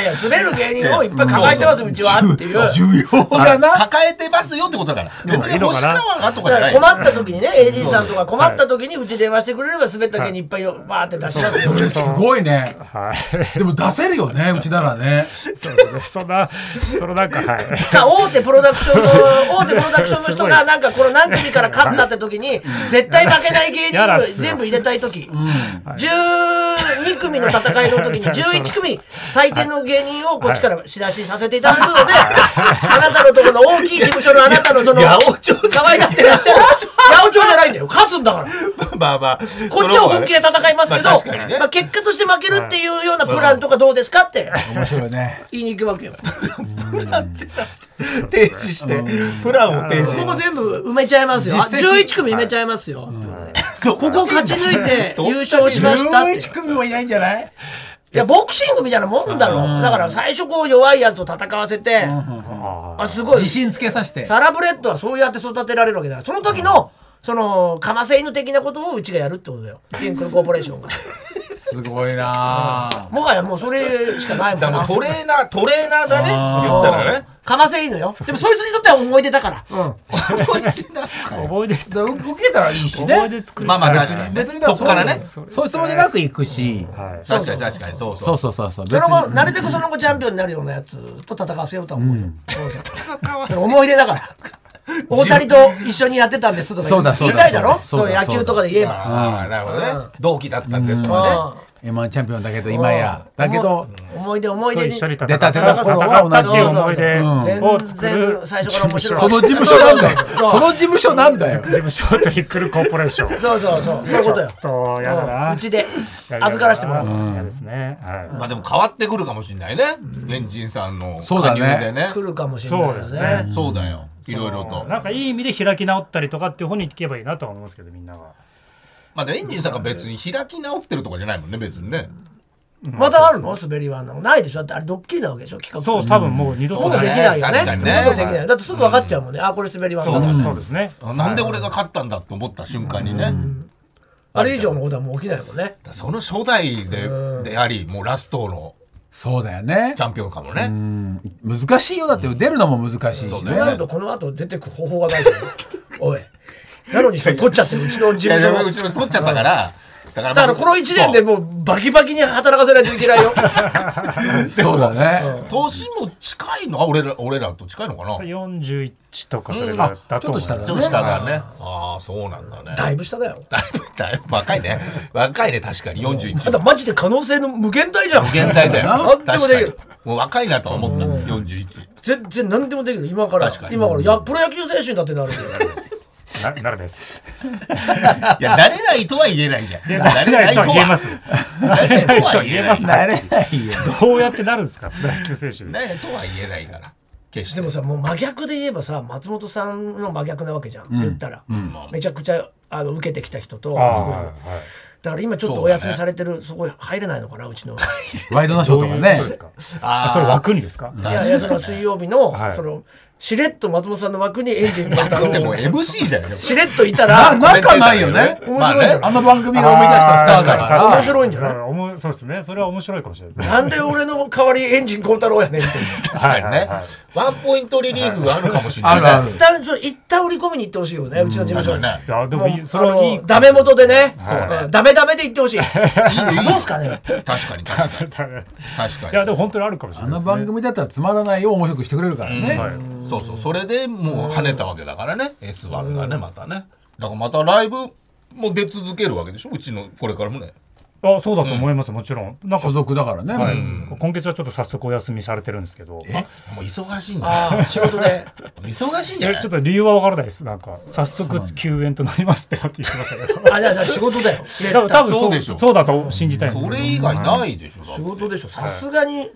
Speaker 1: いや滑る芸人をいっぱい抱えてますうちはっていう
Speaker 2: 重要だな
Speaker 3: 抱えてますよってことだから別に星川がとかじ
Speaker 1: だか
Speaker 3: ゃな
Speaker 1: ら
Speaker 3: い
Speaker 1: 困った時にね AD さんとか困った時にうち電話してくれれば滑った芸人いっぱいよバーって出しちゃう
Speaker 2: それすごいね
Speaker 4: はい
Speaker 2: でも出せるよねうちならね
Speaker 4: そうですねそんなそのなんかはい
Speaker 1: か大手プロダクション の大手プロダクションの人がなんかこの何組から勝ったって時に絶対負けない芸人
Speaker 4: やだ
Speaker 1: を
Speaker 4: っすよ
Speaker 1: 全部入れたい時12組の戦いの 時に11組最低の芸人をこっちから仕出しさせていただくので あなたのところの大きい事務所のあなたのその
Speaker 3: 八百長
Speaker 1: 可愛がってらっしゃる八百長じゃないんだよ勝つんだから
Speaker 3: まあまあ
Speaker 1: こっちは本気で戦いますけど
Speaker 3: まあ確かにね
Speaker 1: まあ結果として負けるっていうようなプランとかどうですかって
Speaker 2: 面白いね
Speaker 1: 言いに行くわけよ
Speaker 3: 提示してプランを提示
Speaker 1: ここ全部埋めちゃいますよ。
Speaker 2: 実績
Speaker 1: 11組埋めちゃいますよ。 ここ勝ち抜いて優勝しましたって。
Speaker 2: 11組もいないんじゃない
Speaker 1: いや、ボクシングみたいなもんだろ。だから最初こう弱いやつと戦わせて、あ、すごい
Speaker 2: 自。信つけさせて
Speaker 1: サラブレッドはそうやって育てられるわけだから、その時の、その、かませ犬的なことをうちがやるってことだよ。ティンクルコーポレーションが。
Speaker 2: すごいな
Speaker 1: もはやもうそれしかないもん
Speaker 3: だ
Speaker 1: な
Speaker 3: からもう。トレーナートレーナーだね
Speaker 2: あー
Speaker 3: 言ったらね
Speaker 1: かませ犬よ。でもそいつにとっては思い出だから。
Speaker 4: 思い出
Speaker 2: じゃあ受けたらいいし
Speaker 4: 思い
Speaker 2: ね
Speaker 4: 出作り
Speaker 3: まあまあ
Speaker 4: はい
Speaker 3: 確かにね
Speaker 2: 別にだ
Speaker 3: そっからね
Speaker 2: そういうつもりなくいくし
Speaker 4: はい
Speaker 3: 確かに確かにそうそ
Speaker 2: そううそうそうそう別
Speaker 1: その後、
Speaker 2: に
Speaker 1: なるべくその後チャンピオンになるようなやつと戦わせようとは思うよ。それ思い出だから。大谷と一緒にやってたんですとか言
Speaker 2: そうだそうだ
Speaker 1: 言いたいだろ
Speaker 2: そ
Speaker 1: そうう
Speaker 2: だ
Speaker 1: 野球とかで言えば。
Speaker 3: ああなるほどね同期だったんですとか
Speaker 1: う
Speaker 2: M1 チャンピオンだけど今やだけど
Speaker 1: ん思い出思い
Speaker 4: と
Speaker 1: 出
Speaker 4: 一
Speaker 1: に。
Speaker 4: 緒に戦っ
Speaker 2: 出た
Speaker 4: た
Speaker 2: てた頃は同じ
Speaker 4: 戦ったっていう思い出を作
Speaker 1: 全
Speaker 4: る
Speaker 1: 然最初から面白い
Speaker 2: その事務所なんだよその事務所なんだよ
Speaker 4: 事務所とひっくるコーポレーション
Speaker 1: そうそうそう、そういうことよ。
Speaker 4: とやだな
Speaker 1: うんうちで預からせてもらう。
Speaker 4: う嫌ですねはい
Speaker 3: まあでも変わってくるかもしれないねエンジンさんの
Speaker 2: そうだ
Speaker 3: 加
Speaker 2: ね
Speaker 3: 入でね
Speaker 1: 来るかもしれないです
Speaker 4: そうで
Speaker 1: ね。
Speaker 3: そうだよいろいろと
Speaker 4: なんかいい意味で開き直ったりとかっていう方に聞けばいいなとは思いますけどみんなが
Speaker 3: まあエンジンさんが別に開き直ってるとかじゃないもんね別にね
Speaker 1: またあるの滑りはのないでしょだってあれドッキリなわけでしょ企画
Speaker 4: そう
Speaker 1: として
Speaker 4: 多分もう二度と
Speaker 1: もうでき
Speaker 4: な
Speaker 1: な
Speaker 4: い
Speaker 1: いよね。
Speaker 3: 確かにね
Speaker 1: もうできない。だってすぐ分かっちゃうもんね。あ、これ滑りは
Speaker 4: そう
Speaker 1: だ。
Speaker 4: そうですね
Speaker 3: あなんで俺が勝ったんだと思った瞬間にね
Speaker 1: あれ以上のことはもう起きないもんね。
Speaker 3: だからその初代ででありもうラストの
Speaker 2: そうだよね
Speaker 3: チャンピオンかもね
Speaker 2: 難しいよだって出るのも難しい
Speaker 3: そう
Speaker 2: し
Speaker 1: と
Speaker 3: だ
Speaker 2: ね
Speaker 3: よ
Speaker 1: なるとこの後出てく方法がないじゃん おいなのにそれ取っちゃってるうちの事
Speaker 3: いや
Speaker 1: 務
Speaker 3: い
Speaker 1: 所
Speaker 3: やう
Speaker 1: の
Speaker 3: ちの取っちゃったからだか
Speaker 1: だからこの1年でもうバキバキに働かせないといけないよ
Speaker 2: そうだね
Speaker 3: 年も近いのあ俺ら俺らと近いのかなち
Speaker 4: 41とかそれぐらいだ
Speaker 2: あち
Speaker 4: と
Speaker 2: ょっと
Speaker 4: 思い
Speaker 2: 下
Speaker 4: ます
Speaker 2: だ
Speaker 3: ょっと下
Speaker 2: ね
Speaker 3: だねああそうなんだ ね
Speaker 1: だいぶ下だよ
Speaker 3: だいぶだいぶ若いね若いね確かに
Speaker 1: あんた
Speaker 3: 41
Speaker 1: マジで可能性の無限大じゃん
Speaker 3: 現在だ
Speaker 1: な
Speaker 3: よ
Speaker 1: んでも
Speaker 3: 確
Speaker 1: で
Speaker 3: か
Speaker 1: き
Speaker 3: に
Speaker 1: る
Speaker 3: もう若いなとは思った41
Speaker 1: 全然何でもできる今から
Speaker 3: 確かに
Speaker 1: 今からやプロ野球選手にだってなるよ
Speaker 4: ななるです。
Speaker 3: いや慣れないとは言えないじゃん慣れ
Speaker 4: なれ
Speaker 3: な
Speaker 4: ないい
Speaker 3: とは
Speaker 4: とは言えます。
Speaker 3: 慣れないとは言えない
Speaker 2: 慣れないよ
Speaker 4: どうやってなるんですか、プロ野球選手。
Speaker 3: 慣れないとは言えないから決し
Speaker 1: で
Speaker 3: て
Speaker 1: もさもう真逆で言えばさ松本さんの真逆なわけじゃん、言ったら、めちゃくちゃあの受けてきた人とすごい
Speaker 4: あ
Speaker 1: だから今ちょっとお休みされてるそ,、こ入れないのかなうちの
Speaker 2: ワイドナショーとか
Speaker 4: あ、
Speaker 2: ね
Speaker 4: そうですか。
Speaker 3: あ
Speaker 4: あ、
Speaker 3: ー
Speaker 4: それ枠にですか。
Speaker 1: いやいやその水曜日の、
Speaker 4: はい
Speaker 1: そのしれっと松本さんの枠にエンジンが
Speaker 3: だってもう MC じゃん
Speaker 1: しれっといた
Speaker 2: あ
Speaker 1: ら
Speaker 2: 仲ないよね
Speaker 1: 面白いじゃん
Speaker 2: あの番組が生み出したスターだから
Speaker 1: あ面白いんじゃない
Speaker 4: い。おもそうですね。それは面白いかもしれないですね。
Speaker 1: なんで俺の代わりエンジン孝太郎やねんみたいな
Speaker 3: 確かに
Speaker 4: はい
Speaker 3: ね
Speaker 4: はいはい
Speaker 3: ワンポイントリリーフがあるかもしれな
Speaker 2: あ
Speaker 3: い
Speaker 2: る
Speaker 3: ね
Speaker 2: ある
Speaker 1: 一旦そう一旦売り込みに行ってほしいよねうちの事務
Speaker 3: 確か
Speaker 1: 所に。
Speaker 3: にね
Speaker 4: いや、で
Speaker 1: も
Speaker 4: も
Speaker 1: う
Speaker 4: いい、それはい
Speaker 1: あ
Speaker 4: い。
Speaker 1: のダメ元でね、うんダメダメで言ってほしい。どうすかね。
Speaker 3: 確かに確かに確か
Speaker 4: いや、でも、本当にあるかもし
Speaker 2: あ
Speaker 4: れない
Speaker 2: の
Speaker 4: です。
Speaker 2: 番組だったらつまらないよ面白くしてくれるからね、
Speaker 4: はい。
Speaker 3: にそうそうそれでもう跳ねたわけだからね S1 がねまたねだからまたライブも出続けるわけでしょうちのこれからもね
Speaker 4: あ、そうだと思います。もちろん。なんか
Speaker 2: 所。属だからね、
Speaker 4: はい今月はちょっと早速お休みされてるんですけど。
Speaker 3: あもう忙しいんだ
Speaker 1: ああ仕事で。
Speaker 3: 忙しいん
Speaker 4: い
Speaker 3: じゃ
Speaker 4: や
Speaker 3: ない
Speaker 4: ちょっと理由はわからないです。なんか早速休園となりますってなって言ってましたけど。
Speaker 1: あじゃあ仕事だよ。仕
Speaker 4: 多分多分
Speaker 3: そ
Speaker 4: そうう
Speaker 3: で
Speaker 4: で
Speaker 3: し
Speaker 4: し
Speaker 3: ょ
Speaker 4: ょ。そうだと信じたいんです
Speaker 3: そ
Speaker 4: けど。
Speaker 3: れ以外ないでしょだって
Speaker 1: 事でしょ。さすがに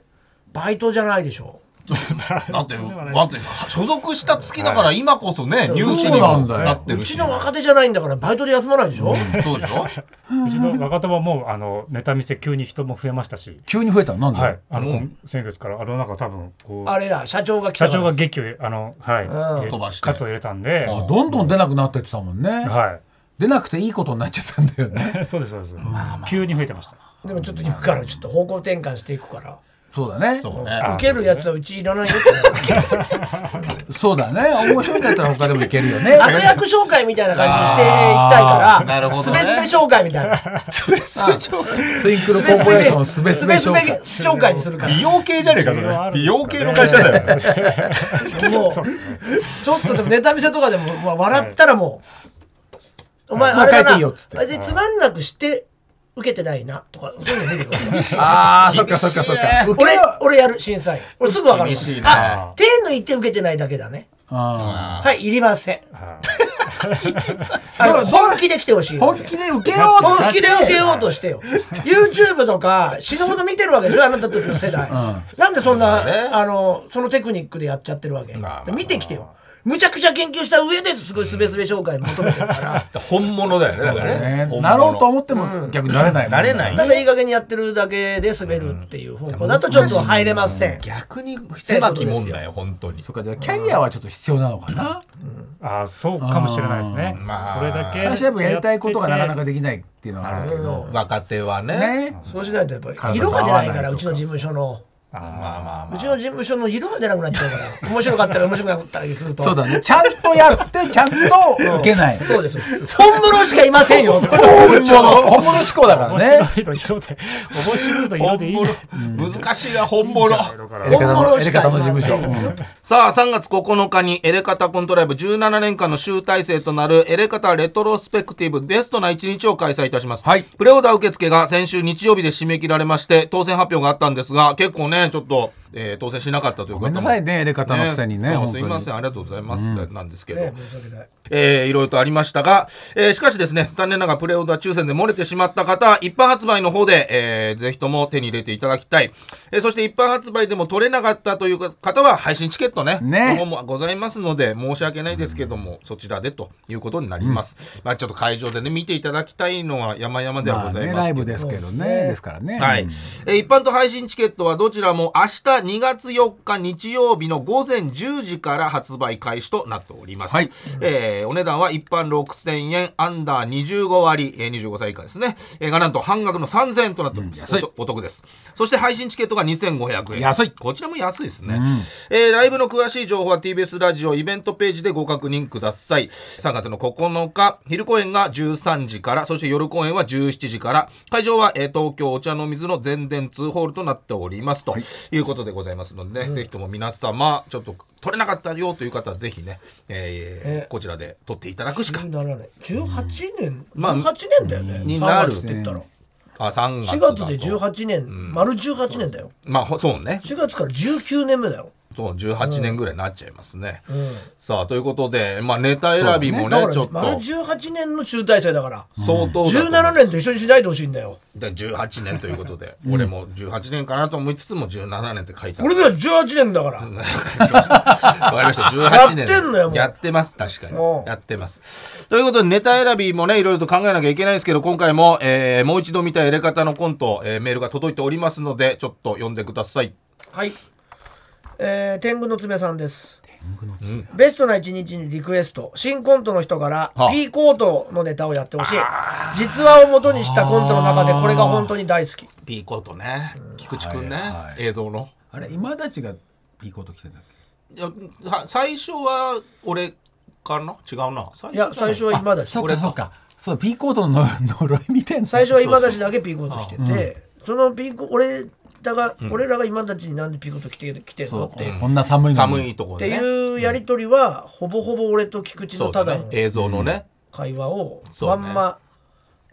Speaker 1: バイトじゃないでしょ。
Speaker 3: だって、だって所属した月だから今こそね、入試
Speaker 2: そ
Speaker 3: に
Speaker 2: うな
Speaker 3: も
Speaker 2: んだよ
Speaker 3: なって
Speaker 1: う
Speaker 3: るし。
Speaker 1: ちの若手じゃないんだからバイトで休まないでしょ、
Speaker 3: そうでしょ
Speaker 4: うちの若友もあのネタ見せ急に人も増えましたし、
Speaker 2: 急に増えたのなんで、
Speaker 4: はい、あの、先月からあのなんか多分こ
Speaker 1: あ
Speaker 4: う
Speaker 1: れだ社長が来たか
Speaker 4: 社
Speaker 1: ら
Speaker 4: 長が劇をあのはい、
Speaker 1: うん
Speaker 4: え
Speaker 3: 飛ばして
Speaker 4: カツを入れたんで、
Speaker 2: あどんどん出なくなってってたもんね、
Speaker 4: は
Speaker 2: 出なくていいことになっちゃったんだよね
Speaker 4: い、 そうですそうです、急に増えてました。
Speaker 1: でもちょっと行くからちょっと方向転換していくから
Speaker 2: そうだね
Speaker 3: そう
Speaker 4: あ
Speaker 3: ね。
Speaker 1: 受けるやつはうちいらないよって
Speaker 2: そうだね面白いんだったら他でもいけるよね
Speaker 1: 悪役紹介みたいな感じにしていきたいか
Speaker 3: あーなる
Speaker 1: ら
Speaker 3: ほ
Speaker 1: す
Speaker 3: ど
Speaker 1: べ
Speaker 3: ね
Speaker 1: すべ紹介みたいなすべすべ
Speaker 2: ツインクルコーポレーションすべすべ
Speaker 1: す
Speaker 2: 紹
Speaker 1: べ
Speaker 2: 介
Speaker 1: 紹介にするから
Speaker 3: 美容系じゃねえか、そ
Speaker 4: 需要
Speaker 3: れ。
Speaker 4: ある
Speaker 3: 美
Speaker 4: んですかね
Speaker 3: 容系の会社だ よ。
Speaker 1: もうちょっとでもネタ見せとかでもまあ笑ったらもうお前
Speaker 2: もう
Speaker 1: あれだ
Speaker 2: 帰ってい
Speaker 1: ない
Speaker 2: よっつって
Speaker 1: あれつまんなくして受けてないなとかそういうの出てくる
Speaker 2: ああそっかそっかそっか受け
Speaker 1: 俺俺やる審査員俺すぐ分かる
Speaker 3: 厳しいな
Speaker 1: あ手抜いて受けてないだけだね
Speaker 2: あ
Speaker 1: はいいりません
Speaker 4: は
Speaker 1: あの本気で来てほしい
Speaker 2: ー本気で受けようと
Speaker 1: 本気で受けようと してよ YouTube とか死ぬほど見てるわけでしょあなたたちの世代、なんでそんな、あのそのテクニックでやっちゃってるわけ、見てきてよむちゃくちゃ研究した上ですごいすべすべ紹介求めてる から
Speaker 3: 本物だよね。だからね
Speaker 2: ね
Speaker 3: 本物
Speaker 2: なろうと思っても逆になれないもんね
Speaker 3: なれない。
Speaker 1: ただいい加減にやってるだけで滑るっていう方向だとちょっと入れません
Speaker 3: 逆に狭きもんだよ、本当に。
Speaker 2: そっかじゃあキャリアはちょっと必要なのかな
Speaker 4: ああーそうかもしれないですね。
Speaker 3: んまあ
Speaker 4: それだけ
Speaker 2: 最初はやっぱやりたいことがなかなか
Speaker 4: で
Speaker 2: できないっていうのはあるけど
Speaker 3: 若手はね。
Speaker 2: ね
Speaker 1: そうしないとやっぱり色が出ないからうちの事務所の
Speaker 3: まあまあま
Speaker 1: うちの事務所の色が出なくなっちゃうから面白かったら面白くなかったりすると
Speaker 2: そうだねちゃんとやってちゃんと受けない
Speaker 1: そうです本物しかいませんよ
Speaker 2: 本物本物志向だから
Speaker 4: 面
Speaker 2: ね
Speaker 4: 白いの色で面白いの
Speaker 3: あ。
Speaker 4: 色
Speaker 3: 本
Speaker 4: でいい
Speaker 3: 物。難しいな、本物。
Speaker 4: だか
Speaker 2: エ
Speaker 4: ら
Speaker 2: レカタの
Speaker 1: 本物
Speaker 2: エ
Speaker 1: し
Speaker 2: レ
Speaker 1: か
Speaker 2: カ
Speaker 1: い
Speaker 2: タ
Speaker 1: ま
Speaker 2: の
Speaker 1: せ
Speaker 2: 事
Speaker 1: ん
Speaker 2: 務所うん
Speaker 3: さあ、3月9日にエレカタコントライブ17年間の集大成となるエレカタレトロスペクティブベストな一日を開催いたします。はい。プレオーダー受付が先週日曜日で締め切られまして、当選発表があったんですが、結構ね、ちょっと、えー当選しなかったという方も。
Speaker 2: ごめんなさいねエレカタのくせにね
Speaker 3: そう
Speaker 2: 本
Speaker 3: す
Speaker 2: 当
Speaker 3: い
Speaker 2: に
Speaker 3: ません、ありがとうございます。なんですけど。
Speaker 1: 申し訳ない
Speaker 3: えー、いろいろとありましたが、えーしかしですね、残念ながらプレオーダー抽選で漏れてしまった方、一般発売の方で、えーぜひとも手に入れていただきたい。えーそして一般発売でも取れなかったという方は、配信チケットね、
Speaker 2: ね
Speaker 3: の方もございますので、申し訳ないですけども、そちらでということになります。まあちょっと会場でね、見ていただきたいのは山々では
Speaker 2: ま
Speaker 3: ご
Speaker 2: あ
Speaker 3: ざい
Speaker 2: ね
Speaker 3: ま
Speaker 2: ラ
Speaker 3: すけど。
Speaker 2: イブですけどねですからね
Speaker 3: はい、えー一般と配信チケットはどちらも明日2月4日日曜日の午前10時から発売開始となっております、
Speaker 2: はい
Speaker 3: えーお値段は一般6000円アンダー25割、えー25歳以下ですね、えーがなんと半額の3000円となっております、
Speaker 2: 安い
Speaker 3: おお得ですそして配信チケットが2500円
Speaker 2: 安い
Speaker 3: こちらも安いですね、えーライブの詳しい情報は TBS ラジオイベントページでご確認ください3月の9日昼公演が13時からそして夜公演は17時から会場は、えー東京お茶の水の全電通ホールとなっておりますと、い、うことでございますので、ねぜひとも皆様ちょっと取れなかったよという方はぜひね、えーこちらで取っていただくしか
Speaker 1: 17年18年、
Speaker 3: まあ
Speaker 1: 18年だよね、
Speaker 3: に
Speaker 1: に
Speaker 3: な
Speaker 1: な
Speaker 3: る
Speaker 1: るって言ったら
Speaker 3: あ3月
Speaker 1: 4
Speaker 3: だと
Speaker 1: 月で18年、丸18年だよ
Speaker 3: まあほそうね
Speaker 1: 4月から19年目だよ
Speaker 3: そう18年ぐらいになっちゃいますね、さあということで、まあ、ネタ選びも
Speaker 1: だ
Speaker 3: ね
Speaker 1: から
Speaker 3: ちょっと
Speaker 1: 丸18年の集大成だから
Speaker 3: 相当だと思う
Speaker 1: 17年と一緒にしないでほしいんだよ
Speaker 3: で18年ということで、俺も18年かなと思いつつも17年って書いた
Speaker 1: 俺ら18年だから
Speaker 3: わかりました18年
Speaker 1: やってんのよもう
Speaker 3: やってます確かに
Speaker 1: もう
Speaker 3: やってますということでネタ選びもねいろいろと考えなきゃいけないんですけど今回も、えーもう一度見た入れ方のコント、えーメールが届いておりますのでちょっと読んでください
Speaker 1: はい、えー、天狗の爪さんですベストな一日にリクエスト新コントの人から
Speaker 3: はあ
Speaker 1: P コートのネタをやってほしい実話を元にしたコントの中でこれが本当に大好き
Speaker 3: P コートね菊池くんね、
Speaker 2: は
Speaker 3: 映像の
Speaker 2: あれ今たちがピーコート来てんだっけ
Speaker 3: いやさ最初は俺かな違うない
Speaker 1: や最初は今だし
Speaker 2: そうかそうかそうピーコートの 呪いみたいな
Speaker 1: 最初は今だしだけピーコート着ててそのピーコ俺だが、俺らが今たちになんでピーコート着て着てんのって、っ
Speaker 2: こんな寒いのに
Speaker 3: 寒いとこ
Speaker 1: て
Speaker 3: でね
Speaker 1: いうやり取りは、ほぼほぼ俺と菊池
Speaker 3: そ
Speaker 1: の
Speaker 3: う
Speaker 1: た
Speaker 3: だ
Speaker 1: だ
Speaker 3: ね
Speaker 1: の
Speaker 3: 映像のね、
Speaker 1: 会話を
Speaker 3: そ
Speaker 1: ま
Speaker 3: うね
Speaker 1: んま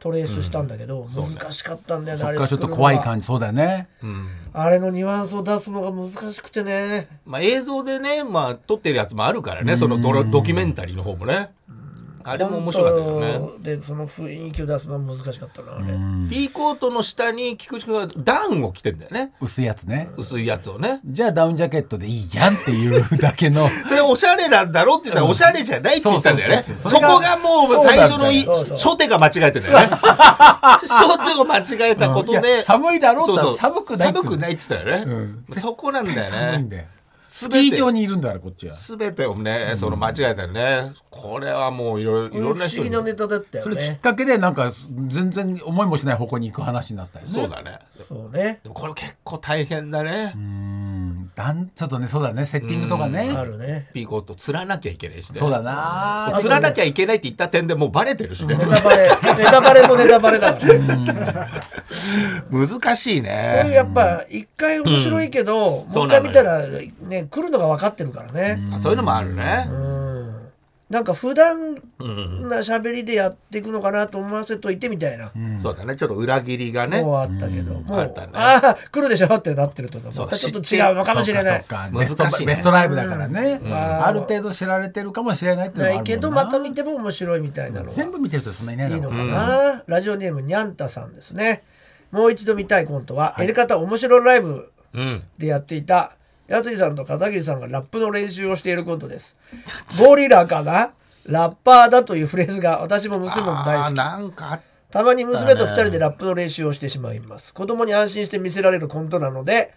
Speaker 1: トレースしたんだけど、難しかったんだよね
Speaker 2: そ
Speaker 1: あ
Speaker 2: っ
Speaker 1: れ
Speaker 2: からちょっと怖い感じそうだよね
Speaker 1: じあれのニュアンスを出すのが難しくてね
Speaker 3: まあ、映像でね、まあ、撮ってるやつもあるからね、そのドロドキュメンタリーの方もね。あれも面白かったけどね
Speaker 1: コントでその雰囲気を出すのは難しかったなあれ、
Speaker 3: ピーコートの下に菊池君がダウンを着てんだよね
Speaker 2: 薄いやつね
Speaker 3: 薄いやつをね
Speaker 2: じゃあダウンジャケットでいいじゃんっていうだけの
Speaker 3: それおしゃれなんだろうって言ったらおしゃれじゃないって言ったんだよね
Speaker 2: そうそ
Speaker 3: そ
Speaker 2: うそうそう
Speaker 3: こがもう最初のい
Speaker 1: そうなんだよ
Speaker 3: 初手が間違えてんだよね初手を間違えたこと
Speaker 2: うんい
Speaker 3: で
Speaker 2: や寒いだろうとは
Speaker 3: そうそう
Speaker 2: 寒くないって
Speaker 3: 寒くないって言ったよねそこなんだ
Speaker 2: な
Speaker 3: よ
Speaker 2: いん
Speaker 3: ね
Speaker 2: だよ
Speaker 3: ス
Speaker 2: スキー場にいるんだからこっちは
Speaker 3: すべてをね、その間違えたよね。これはもういろいろ、いろんな
Speaker 1: 不
Speaker 3: 人
Speaker 1: 思議
Speaker 3: に。
Speaker 1: なネタだったよ
Speaker 2: それきっ
Speaker 1: ね
Speaker 2: かけでなんか全然思いもしない方向に行く話になったよね
Speaker 3: そうだね。
Speaker 1: そうね
Speaker 3: でもこれ結構大変だね。
Speaker 2: うんだんちょっとねそうだねセッティングとかね
Speaker 1: あるね
Speaker 3: ピーコート、釣らなきゃいけないしね。
Speaker 2: そうだな
Speaker 3: 釣らなきゃいけないって言った点でもうバレてるしね。
Speaker 1: ネタバレネタバレもネタバレだからこ
Speaker 3: 難しいう
Speaker 1: いう
Speaker 3: ね。
Speaker 1: やっぱ一回面白いけど、も
Speaker 3: そうう
Speaker 1: 一
Speaker 3: な
Speaker 1: 回
Speaker 3: の
Speaker 1: 見
Speaker 3: よ
Speaker 1: たらね来るのが分かってるからね
Speaker 3: あそういうのもあるね。
Speaker 1: うんなんか普段
Speaker 3: うん
Speaker 1: な喋りでやっていくのかなと思わせといてみたいな
Speaker 3: そうだね。ちょっと裏切りがね。
Speaker 1: もうあったけど、もう
Speaker 3: あったね
Speaker 1: ああ来るでしょってなってるとまたちょっと違うのかもしれない
Speaker 2: そっか
Speaker 3: 難
Speaker 2: ベ
Speaker 3: しい
Speaker 2: ス
Speaker 3: ね
Speaker 2: トベストライブだからね
Speaker 1: ん
Speaker 2: ある程度知られてるかもしれないっていうのは
Speaker 1: な
Speaker 2: あ
Speaker 1: い
Speaker 2: る
Speaker 1: け
Speaker 2: も
Speaker 1: ど
Speaker 2: んな
Speaker 1: また見ても面白いみたいなのが
Speaker 2: 全部見てるとそんなにいないだ
Speaker 1: いい
Speaker 2: ろ
Speaker 1: の
Speaker 2: う
Speaker 1: かな、ラジオネームにゃんたさんですねもう一度見たいコントは、やり方面白ライブ
Speaker 3: うん。
Speaker 1: でやっていたやつりさんと片桐さんがラップの練習をしているコントですゴリラかなラッパーだというフレーズが私も娘も大
Speaker 3: あ
Speaker 1: 好
Speaker 3: ー
Speaker 1: き
Speaker 3: なんかあった
Speaker 1: まに娘と2人でラップの練習をしてしまいます子供に安心して見せられるコントなので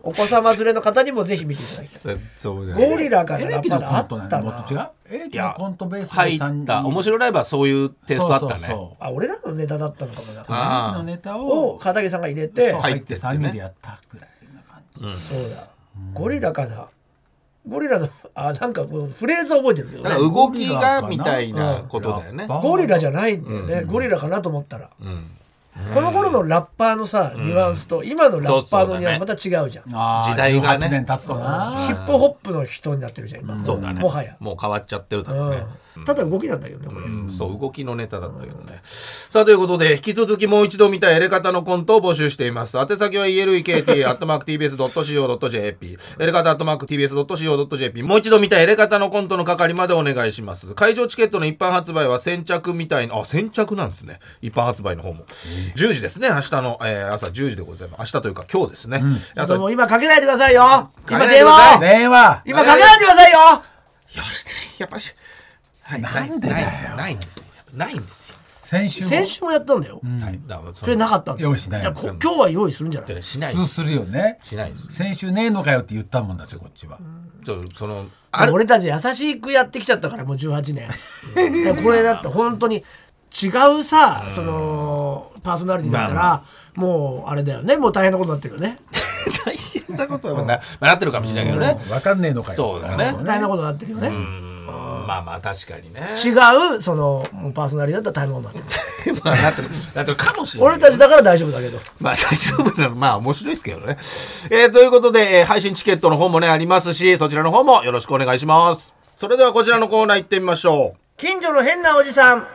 Speaker 1: お子様連れの方にもぜひ見ていただき たい
Speaker 3: た。そうだ
Speaker 1: ゴ
Speaker 3: ね。
Speaker 1: リラか
Speaker 2: エ
Speaker 1: ら
Speaker 2: レ
Speaker 1: ラ
Speaker 2: キ
Speaker 1: ッ
Speaker 2: の
Speaker 1: パー
Speaker 2: コ
Speaker 1: だあ
Speaker 2: ント
Speaker 1: っ
Speaker 2: な
Speaker 1: た
Speaker 2: んでもっ
Speaker 1: な
Speaker 2: と違うエレキのコントベース
Speaker 3: 入
Speaker 2: で
Speaker 3: った。面
Speaker 2: い
Speaker 3: 白いライブはそういうテイストあったね。
Speaker 1: あ俺らのネタだったのかもな
Speaker 2: エレキのネタ
Speaker 1: を
Speaker 2: を
Speaker 1: 片桐さんが入れて
Speaker 2: そう
Speaker 3: はい
Speaker 2: 入って3人でやったぐらいな感じ
Speaker 1: そうだゴリラかなゴリラのあなんかこのフレーズは覚えてるけど
Speaker 3: だか
Speaker 1: ね
Speaker 3: ら動きがみたいなことだよね。
Speaker 1: ゴリラじゃないんだよね、ゴリラかなと思ったら、
Speaker 3: うん。
Speaker 1: この頃のラッパーのさニュアンスと今のラッパーのニュアンスまた違うじゃん、
Speaker 2: あー
Speaker 3: 時代がね
Speaker 2: 18年経つとな
Speaker 1: ヒップホップの人になってるじゃん今
Speaker 3: そうだね。
Speaker 1: もはや、
Speaker 3: もう変わっちゃってるだ
Speaker 1: う
Speaker 3: ろうね。
Speaker 1: ん、ただ動きなんだけどねこれ、
Speaker 3: うんそう動きのネタだったけどね。さあということで引き続きもう一度見たエレカタのコントを募集しています。宛先は elekt.tbs.co.jp エレカタ .tbs.co.jp もう一度見たエレカタのコントの係までお願いします。会場チケットの一般発売は先着みたいな、あ、先着なんですね。一般発売の方も。10時ですね。明日の、えー朝10時でございます。明日というか今日ですね。朝
Speaker 1: でも今かけないでくださいよ
Speaker 3: かけ
Speaker 1: 今
Speaker 3: ないで
Speaker 1: 電
Speaker 3: ください
Speaker 1: 話を
Speaker 2: 電話
Speaker 1: 今かけないでくださいよ
Speaker 3: 用意してない。やっぱし。はい、
Speaker 2: なんでだよ
Speaker 3: ないんですよ。ないんですよ。
Speaker 2: 先週も
Speaker 1: 先週もやったんだよ、
Speaker 3: はい。だからそ
Speaker 1: それ
Speaker 3: れ
Speaker 1: なかったんだよ
Speaker 2: 用意しない
Speaker 1: じゃあこ今日は用意するんじゃない
Speaker 3: しない
Speaker 2: 普通するよね
Speaker 3: しないです。
Speaker 2: 先週ねえのかよって言ったもんだってこっちは
Speaker 3: そうその
Speaker 1: あ
Speaker 3: ある
Speaker 1: 俺たち優しくやってきちゃったからもう18年いやこれだって本当に違うさそのパーソナリティだった
Speaker 3: ま
Speaker 1: らもうあれだよねもう大変なことになってるよね
Speaker 3: 大変なことは な,、まあ、なってるかもしれないけどね、
Speaker 2: 分かんねえのかよ
Speaker 3: そうだね
Speaker 1: 大変なことになってるよね
Speaker 3: まあまあ確かにね
Speaker 1: 違うそのもうパーソナリティだったら大変なことになってる
Speaker 3: まあなってるなってるかもしれない
Speaker 1: 俺たちだから大丈夫だけど
Speaker 3: まあ大丈夫なのまあ面白いですけどね、えーということで、えー配信チケットの方もねありますしそちらの方もよろしくお願いしますそれではこちらのコーナー行ってみましょ
Speaker 1: 近所の変なおじさん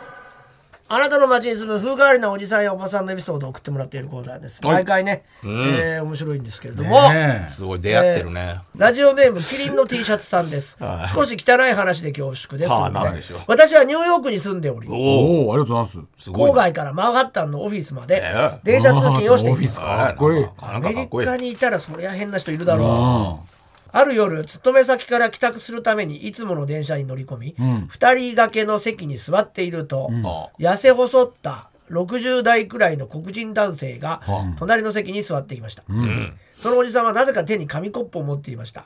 Speaker 1: あなたの街に住む風変わりなおじさんやおばさんのエピソードを送ってもらっているコーナーです毎回ね、えー面白いんですけれども、
Speaker 3: うすごい出会ってるね、
Speaker 1: ラジオネームキリンの T シャツさんです。少し汚い話で恐縮です。
Speaker 3: はあなんでしょう
Speaker 1: 私はニューヨークに住んでおり、
Speaker 3: おお
Speaker 2: おありがとうございます
Speaker 3: すごい
Speaker 1: 郊外からマンハッタンのオフィスまで
Speaker 3: ええ
Speaker 1: 電車通勤をしてい
Speaker 2: オフィ
Speaker 1: ま
Speaker 2: ス
Speaker 1: す。
Speaker 2: かっこいい
Speaker 3: あな
Speaker 1: ア
Speaker 3: んか
Speaker 1: メ
Speaker 3: かっ
Speaker 1: リ
Speaker 3: こいい
Speaker 1: カにいたらそりゃ変な人いるだろう。ある夜、勤め先から帰宅するためにいつもの電車に乗り込み、二、人掛けの席に座っていると、痩せ細った60代くらいの黒人男性が隣の席に座ってきました。そのおじさんはなぜか手に紙コップを持っていました。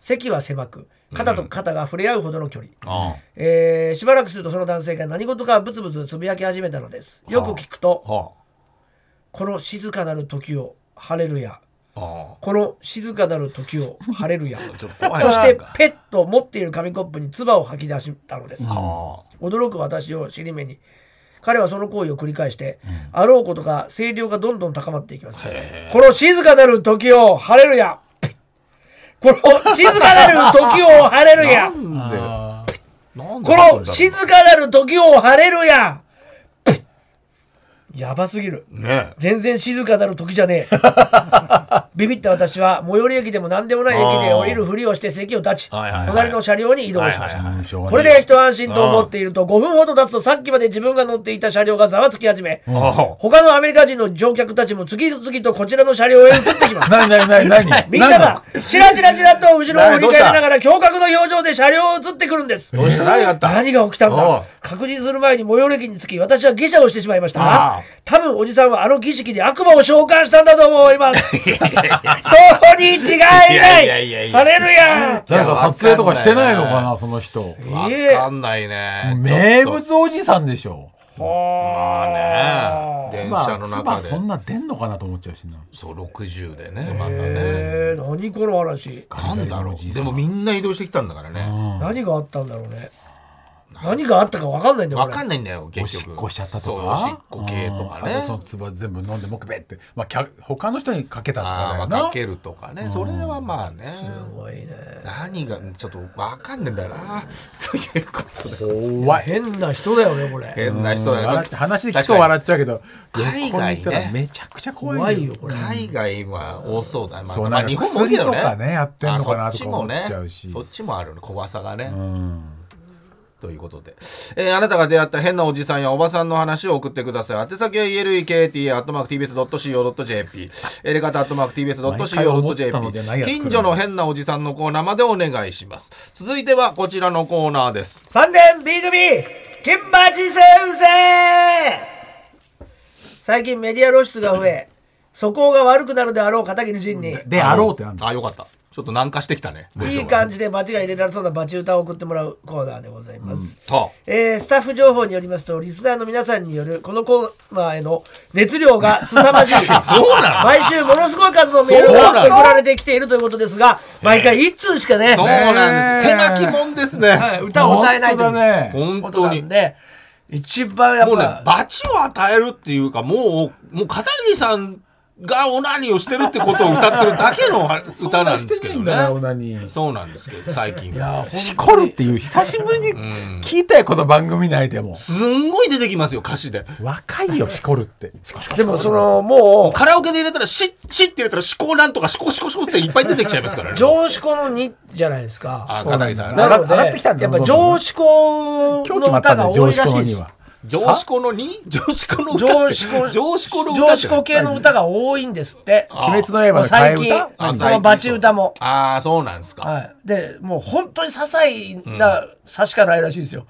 Speaker 1: 席は狭く、肩と肩が触れ合うほどの距離。
Speaker 3: あ
Speaker 1: えーしばらくするとその男性が何事かブツブツつぶやき始めたのです。よく聞くと、
Speaker 3: あ
Speaker 1: この静かなる時をハレルヤ。
Speaker 3: あ
Speaker 1: この静かなる時をハレル ヤ。
Speaker 3: ちょっと怖い
Speaker 1: そ
Speaker 3: な
Speaker 1: してペットを持っている紙コップに唾を吐き出したのです。
Speaker 3: あ
Speaker 1: 驚く私を尻目に彼はその行為を繰り返して、あろうことか声量がどんどん高まっていきますこの静かなる時をハレルヤこの静かなる時をハレルヤこ
Speaker 3: なんでなんで
Speaker 1: の静かなる時をハレルヤやばすぎる
Speaker 3: ね
Speaker 1: 全然静かなる時じゃねえビビった私は最寄り駅でも何でもない駅で降りるふりをして席を立ち
Speaker 3: はいはいはい
Speaker 1: 隣の車両に移動しました
Speaker 2: うんしょうが
Speaker 1: こ
Speaker 2: な
Speaker 1: れ
Speaker 2: い
Speaker 1: で一安心と思っていると5分ほど経つとさっきまで自分が乗っていた車両がざわつき始め
Speaker 3: あ
Speaker 1: 他のアメリカ人の乗客たちも次々とこちらの車両へ移ってきます
Speaker 2: 何何何何
Speaker 1: みんながチラチラチラと後ろを振り返りながら驚愕の表情で車両を移ってくるんです
Speaker 3: どうした何があった
Speaker 1: 何が起きたん
Speaker 3: おう
Speaker 1: だ確認する前に最寄り駅に着き私は下車をしてしまいました
Speaker 3: ああ
Speaker 1: が多分おじさんはあの儀式で悪魔を召喚したんだと思います そうに違い
Speaker 3: いや
Speaker 1: ない
Speaker 3: やいやいや
Speaker 1: いハレルヤ
Speaker 2: なんか撮影とかしてないのかなその人
Speaker 3: わ
Speaker 1: いえ
Speaker 3: かんないね。
Speaker 2: 名
Speaker 3: ちょっと
Speaker 2: 物おじさんでしょ
Speaker 3: まあね。電
Speaker 2: 妻
Speaker 3: 車の
Speaker 2: 妻
Speaker 3: 中で
Speaker 2: そ。んな出んのかなと思っちゃうしな
Speaker 3: そう、60でね、またね。
Speaker 1: えー何この話
Speaker 3: なんだろう。でもみんな移動してきたんだからね。
Speaker 1: 何があったんだろうね何があったか分かんないんだよ
Speaker 3: わ
Speaker 1: これ
Speaker 3: かんないんだよ、
Speaker 2: お
Speaker 3: 結
Speaker 2: しっ
Speaker 3: 局。
Speaker 2: こしちゃった
Speaker 3: そ
Speaker 2: と
Speaker 3: う
Speaker 2: か
Speaker 3: おしっこ系とか
Speaker 2: うんあ
Speaker 3: ね
Speaker 2: そ。の唾全部飲んでもくべって、まあ、客他の人にかけたと
Speaker 3: ああ、
Speaker 2: か
Speaker 3: まあ
Speaker 2: だよ
Speaker 3: か
Speaker 2: な
Speaker 3: けるとかね。それはまあね。
Speaker 1: すごいね
Speaker 3: 何が、ちょっとわかんねえんだよな。 ということで。
Speaker 2: 怖い
Speaker 1: 変な人だよねこれ
Speaker 3: 変な人だよ
Speaker 2: 笑って話で聞くと笑っちゃうけど
Speaker 3: 確かに
Speaker 2: 横にいた
Speaker 3: 海外ね
Speaker 2: らめちゃくちゃ怖いよ
Speaker 1: 怖いよこれ
Speaker 3: 海外は多そうだね。まあ
Speaker 2: そう
Speaker 3: ま
Speaker 2: なん
Speaker 3: あ
Speaker 2: か
Speaker 3: 日本も多いけどね。
Speaker 2: 薬とかねやってんのかな
Speaker 3: あそっちもね
Speaker 2: とか思っちゃうし
Speaker 3: そっちもあるね、怖さがね。ということで、えーあなたが出会った変なおじさんやおばさんの話を送ってください。宛先は elekt.tbs.co.jp、エレカタ .tbs.co.jp、近所の変なおじさんのコーナーまでお願いします。続いてはこちらのコーナーです。
Speaker 1: 3年 B 組金八先生最近メディア露出が増え素行が悪くなるであろう片桐仁に
Speaker 2: であろうってなんだ
Speaker 3: あ、よかった。ちょっと軟化してきたね。
Speaker 1: いい感じでバチが入れられそうなバチ歌を送ってもらうコーナーでございます、
Speaker 3: と。
Speaker 1: えースタッフ情報によりますとリスナーの皆さんによるこのコーナーへの熱量が凄まじい
Speaker 3: そうなの
Speaker 1: 毎週ものすごい数のメール
Speaker 3: そうな
Speaker 1: が
Speaker 3: の
Speaker 1: 送られてきているということですが毎回1通しかね
Speaker 3: そうなんで
Speaker 2: ね
Speaker 3: す。狭
Speaker 2: え
Speaker 3: き門ですね。
Speaker 1: はい歌を歌えないとい
Speaker 2: 本
Speaker 1: う
Speaker 2: 当だね
Speaker 3: 本
Speaker 1: こと
Speaker 3: 当
Speaker 1: な
Speaker 3: に
Speaker 1: ん。で一番やっ
Speaker 3: もうね
Speaker 1: ぱ、
Speaker 3: 罰を与えるっていうか、もう、もう片桐さんがオナニーをしてるってことを歌ってるだけの 歌なんですけどね。
Speaker 2: オナニー
Speaker 3: そうなんですけど、最近。
Speaker 2: しこるっていう久しぶりに聞いたよこの番組内でも
Speaker 3: すんごい出てきますよ、歌詞で。
Speaker 2: 若いよしこるってしこしこ
Speaker 1: で
Speaker 2: しこ
Speaker 1: もそのもう
Speaker 3: カラオケで入れたら、シッ、シッって入れたら、シコなんとか、シコシコシコっていっぱい出てきちゃいますからね。
Speaker 1: 上司校の2じゃないですか。
Speaker 3: あ、片桐さん
Speaker 2: そ
Speaker 3: ね
Speaker 2: う。
Speaker 1: なので、
Speaker 2: 上がってきたんだ
Speaker 1: やっぱ
Speaker 2: どんどん
Speaker 1: 上司校
Speaker 2: 狂気
Speaker 1: の
Speaker 2: もあっ
Speaker 1: 歌
Speaker 2: たんだ
Speaker 1: が
Speaker 2: よ
Speaker 1: 多
Speaker 2: 上
Speaker 1: い
Speaker 2: 司
Speaker 1: らし
Speaker 2: 校
Speaker 1: いで
Speaker 2: に
Speaker 1: す
Speaker 2: は。
Speaker 3: 上司子の 2? 上司子の歌って。
Speaker 1: 上司校
Speaker 3: 上司子の歌
Speaker 1: 上
Speaker 3: って
Speaker 1: 司校系の歌が多いんですって。
Speaker 2: 「鬼滅の
Speaker 1: も
Speaker 2: 刃」
Speaker 1: う
Speaker 2: の替え
Speaker 1: 最近
Speaker 2: 歌、
Speaker 3: あ
Speaker 1: そのバチ歌も。
Speaker 3: ああ、そうなんですか。
Speaker 1: はい、でもう本当に些細な差しかないらしいですよ。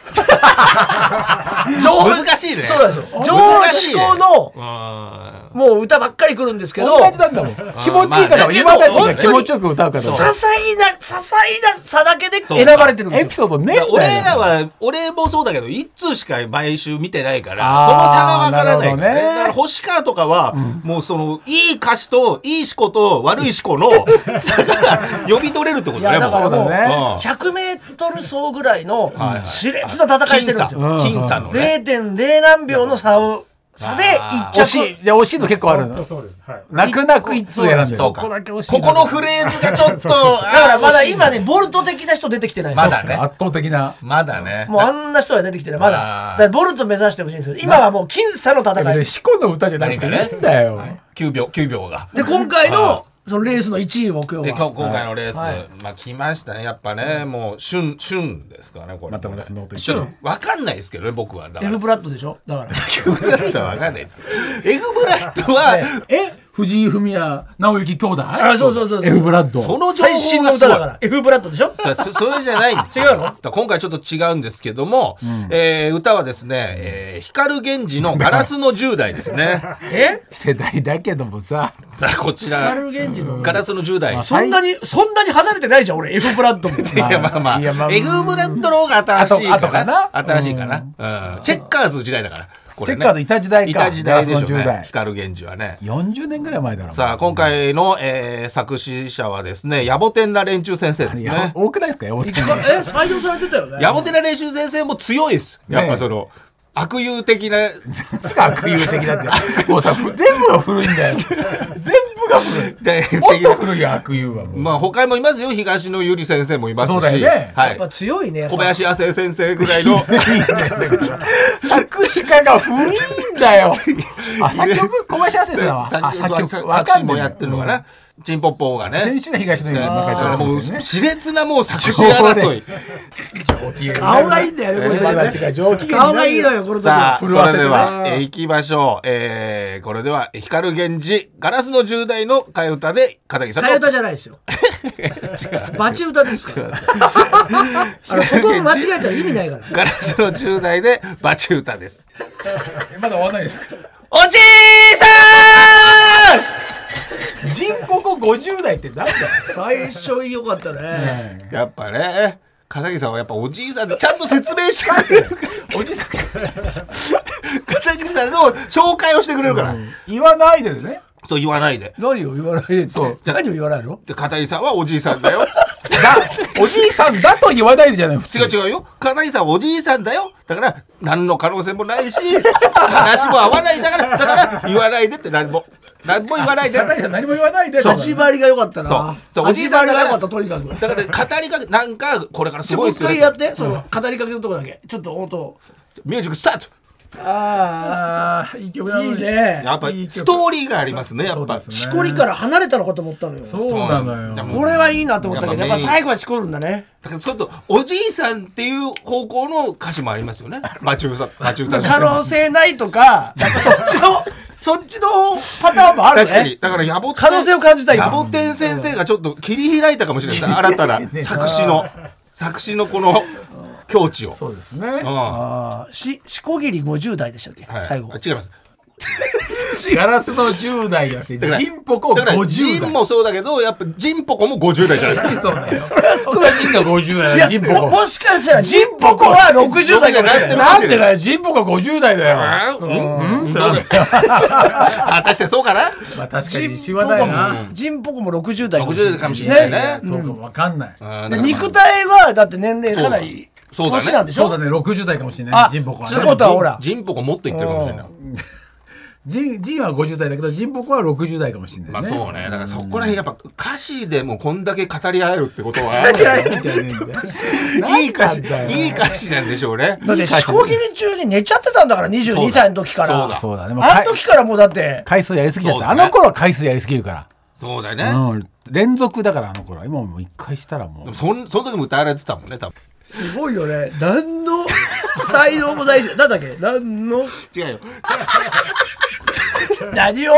Speaker 3: 難しいね。
Speaker 1: そうなんですよ。上
Speaker 3: 難
Speaker 1: 司
Speaker 3: しいね
Speaker 1: 校の
Speaker 3: うん
Speaker 1: もう歌ばっかり来るんですけど、
Speaker 2: 同
Speaker 1: 些
Speaker 2: じなんだもん気持ちいいか
Speaker 3: まあ
Speaker 2: ら
Speaker 3: ね
Speaker 2: 今たち
Speaker 1: で
Speaker 2: が
Speaker 1: も
Speaker 2: 気持ちよく歌うから
Speaker 1: 細な些細な差だけで選ばれてるんです
Speaker 2: エ
Speaker 1: よ
Speaker 2: ピ。ソードねえん
Speaker 3: だ
Speaker 2: だ
Speaker 3: から
Speaker 2: よ
Speaker 3: 俺らは、俺もそうだけど、一通しか毎週見てないから、
Speaker 2: あー
Speaker 3: その差がわからない
Speaker 2: なるほど
Speaker 3: から、ね。
Speaker 2: ね
Speaker 3: だから星川とかは、もうその、いい歌詞と、いい思考と、悪い 思考の差が呼び取れるってこと
Speaker 1: い
Speaker 3: だ
Speaker 1: や
Speaker 3: ね、
Speaker 1: だから
Speaker 3: もう
Speaker 1: もう
Speaker 2: そうだね
Speaker 1: 100メートル走ぐらいの熾烈な戦いしてるんですよ。
Speaker 3: 僅差僅差のね。
Speaker 1: 0.0何秒の差を差で一
Speaker 2: 惜し
Speaker 1: 着
Speaker 2: いじゃあ惜しいの結構ある
Speaker 4: ほん
Speaker 2: の
Speaker 4: とそうです。はい。
Speaker 2: 泣く泣く一通選んでる
Speaker 3: そう
Speaker 4: ここ
Speaker 3: か。
Speaker 4: だけ惜しい
Speaker 3: こ
Speaker 4: な
Speaker 3: このフレーズが ちょっと、
Speaker 1: だからまだ
Speaker 3: あー惜しい
Speaker 1: 今ねボルト的な人出てきてないんです
Speaker 3: ま
Speaker 1: よ、
Speaker 3: だね。
Speaker 2: 圧倒的な
Speaker 3: まだね。
Speaker 1: もうあんな人は出てきてないまだ
Speaker 3: あー
Speaker 1: だからボルト目指してほしいんですよ今はもう僅差の戦い
Speaker 2: しこの歌じゃなくていいんだよ
Speaker 3: 9秒、9秒が。
Speaker 1: で今回のそのレースの1位を今日
Speaker 3: で今
Speaker 1: は
Speaker 3: 日今回のレース、
Speaker 1: はい
Speaker 3: まあ来ましたねやっぱね、もう旬旬ですかねこれ
Speaker 2: また私のこと言って
Speaker 3: ちょっとわかんないですけどね僕はだから
Speaker 1: F ブラッドでしょだから
Speaker 3: F ブラッドはわかんないですよ F ブラッドは、
Speaker 2: え藤井フミヤ直之兄弟
Speaker 1: あそうそうそうそう
Speaker 2: F ブラッド
Speaker 3: その情
Speaker 1: 最新
Speaker 3: 報
Speaker 1: の
Speaker 3: がす
Speaker 1: 歌
Speaker 3: ご
Speaker 1: だ
Speaker 3: い
Speaker 1: から F ブラッドでしょ
Speaker 3: さそそ れじゃないんですよ
Speaker 1: 違うの
Speaker 3: だから今回ちょっと違うんですけども、えー歌はですね、えー光源氏の「ガラスの10代」で すね
Speaker 1: え
Speaker 2: 世代だけどもさ
Speaker 3: さあこちら
Speaker 1: 光源氏の
Speaker 3: ガラスの10代、
Speaker 1: そんなにそんなに離れてないじゃん俺 F ブラッ ドも
Speaker 3: いやまあまあ、
Speaker 2: いやまあ
Speaker 3: F ブラッドの方が新しい
Speaker 2: あとあと
Speaker 3: か
Speaker 2: か
Speaker 3: な
Speaker 2: な
Speaker 3: 新しいかな、うんチェッカーズ時代だからこれね
Speaker 2: チェッカーズいた時代か
Speaker 3: いた時代でしょう
Speaker 2: ガラスの10
Speaker 3: ね
Speaker 2: 代
Speaker 3: 光源氏はね
Speaker 2: 40年ぐらい前だろ
Speaker 3: さあ今回の、えー作詞者はですね野暮天な連中先生です
Speaker 2: い
Speaker 3: ね
Speaker 2: や多くないですか大手
Speaker 1: え採用されてたよね
Speaker 3: 野暮天な連中先生も強いですやっぱその、悪友 的な
Speaker 2: すが悪友的だってもうさ全部が古いんだよ全部が古い
Speaker 3: で
Speaker 2: もっと古いよ悪友はもう
Speaker 3: まあ他もいますよ東野由里先生もいますし
Speaker 2: そうだよね
Speaker 3: は
Speaker 1: やっ
Speaker 3: い
Speaker 1: ぱ、強いねやっぱ
Speaker 3: 小林亜生先生ぐら いの
Speaker 2: 作詞家が古いんだよあ作曲小林亜生さんはあ
Speaker 3: 作
Speaker 2: 作曲
Speaker 3: 作詞もやってるのかな、チンポッポがね
Speaker 2: 先週は東の
Speaker 3: だ
Speaker 2: 今
Speaker 3: か
Speaker 2: 中
Speaker 3: ら
Speaker 2: 井
Speaker 3: もう
Speaker 2: ですよね
Speaker 3: 熾烈なもう作詞争い
Speaker 1: 顔がいいんだよね、この時はね顔がいいのよ、この時は。
Speaker 3: さあそれでは、えー、行きましょう、えー、これでは光源氏ガラスの10代の替え歌で片桐さんの
Speaker 1: 替え歌じゃないです よ。バチ歌ですから。あのそこ間違えたら意味ないから。
Speaker 3: ガラスの10代でバチ歌です
Speaker 2: えまだ終わんないですか
Speaker 3: おじいさん
Speaker 2: 人歩子50代ってなんだよ
Speaker 1: 最初良かったね。
Speaker 3: やっぱね、片桐さんはやっぱおじいさんでちゃんと説明してくれ る。
Speaker 2: おじさん
Speaker 3: 片桐さんの紹介をしてくれるから。
Speaker 2: 言わないでね
Speaker 3: そう言わないで。
Speaker 1: 何を言わないでって
Speaker 3: そう
Speaker 1: 何を言わないの
Speaker 3: で、片桐さんはおじいさん だよ。
Speaker 2: だおじいさんだと言わないでじゃない普通
Speaker 3: 違う違うよ。片桐さんはおじいさんだよ。だから、何の可能性もないし、話も合わないだから、だから言わないでって何も。何も言わないで。
Speaker 2: 片桐さん何も言わないで
Speaker 1: 始まりが良かった
Speaker 3: そ
Speaker 1: な
Speaker 3: う。そうおじい
Speaker 1: 始
Speaker 3: さ
Speaker 1: ま
Speaker 3: ん
Speaker 1: り
Speaker 3: だ
Speaker 1: が
Speaker 3: か
Speaker 1: 良
Speaker 3: ら
Speaker 1: かった、とにかく。
Speaker 3: だから、語りかけ、なんか、これからす
Speaker 1: ちょも
Speaker 3: ご
Speaker 1: う
Speaker 3: い
Speaker 1: 一
Speaker 3: する
Speaker 1: 回。やって、その語りかけのとこだけ。ちょっと音。
Speaker 3: ミュージックスタート
Speaker 1: あ
Speaker 2: あーいい曲だ
Speaker 1: あ、いいね。
Speaker 3: やっぱ、
Speaker 2: いい曲
Speaker 3: ストーリーがありますね、やっぱ。
Speaker 2: そうです
Speaker 1: しこりから離れたのかと思ったのよ。
Speaker 2: そうなのよ
Speaker 3: じゃあもう
Speaker 1: これはいいなと思ったけど、
Speaker 3: や
Speaker 1: や
Speaker 3: っ
Speaker 1: っ
Speaker 3: ぱ
Speaker 1: ぱ
Speaker 3: メイン
Speaker 1: 最後はしこるんだね。
Speaker 3: だからちょっとおじいさんっていう方向の歌詞もありますよね。マチュ ーさん、マチューさん。
Speaker 1: 可能性ないと か、なんかそっちの、そっちのパターンもあるね。
Speaker 3: 確かに。だから野暮
Speaker 1: 可能性を感じた今
Speaker 3: 野暮天先生がちょっと切り開いたかもしれない。新たな作詞の、作詞のこの境地を。
Speaker 2: そうですね
Speaker 3: うんは
Speaker 1: あーし、しこぎり50代でしたっけ、
Speaker 3: い
Speaker 1: 最後
Speaker 3: あ。違います。
Speaker 2: ガラスの10代じゃなくて
Speaker 3: だから
Speaker 2: ジンポコ50
Speaker 3: だから
Speaker 2: 代
Speaker 3: ジンもそうだけど、やっぱジンポコも50代じゃないですか。
Speaker 2: そうだよ
Speaker 4: それは人が50代
Speaker 1: い
Speaker 4: だ
Speaker 1: や
Speaker 4: よ、人ポ
Speaker 1: も
Speaker 4: コ。
Speaker 1: もしかしたら、人ポコは60代かもしれない。
Speaker 3: な
Speaker 2: なんん
Speaker 3: で
Speaker 2: で
Speaker 3: だ
Speaker 2: だよ人ポコ50代だよ
Speaker 3: うんうんどうだ 果たしてそうかな
Speaker 2: まあ確かに
Speaker 1: 人ポ
Speaker 2: 自信
Speaker 1: コ
Speaker 2: はないな。
Speaker 1: も、人ポコも60代
Speaker 3: ?50 代かもしれないね。
Speaker 2: そうかもわかんない。
Speaker 3: あ
Speaker 1: で
Speaker 3: ーだから
Speaker 1: 肉体は、だって年齢かなり、
Speaker 3: そうだそうだね
Speaker 1: 年なんでし
Speaker 2: そう
Speaker 1: ょ
Speaker 2: だね、60代かもしれない
Speaker 1: あ、
Speaker 2: ね、ジンポコは
Speaker 1: そういうこ
Speaker 2: ね。
Speaker 1: とはほら。
Speaker 3: ジンポコもっと言ってるかもしれない。
Speaker 2: ジンジンは50代だけど、ジンポコは60代かもしれないね。
Speaker 3: まあそうね。だからそこら辺やっぱ歌詞でもこんだけ語り合えるってことは。
Speaker 2: じゃねえんだよ。
Speaker 3: いい歌詞、
Speaker 2: なんだよ
Speaker 3: いい歌詞なんでしょうね。
Speaker 1: だって、しこぎり中に寝ちゃってたんだから、22歳の時から。
Speaker 3: そうだ
Speaker 2: そうだね。もう
Speaker 1: あ
Speaker 2: かい
Speaker 1: の時からもうだって、
Speaker 2: 回数やりすぎちゃっ
Speaker 3: そう
Speaker 2: た。
Speaker 3: だ
Speaker 2: あ
Speaker 3: ね
Speaker 2: の頃は回数やりすぎるか
Speaker 3: そうだよ
Speaker 2: ら。
Speaker 3: ね。
Speaker 2: うん。連続だから、あの頃は。今もう一回したらも
Speaker 3: で
Speaker 2: う
Speaker 3: も。そんその時も歌われてたもんね、多分。
Speaker 1: すごいよね。何の才能もないし、なんだっけ何の、
Speaker 3: 違うよ。
Speaker 1: 何を、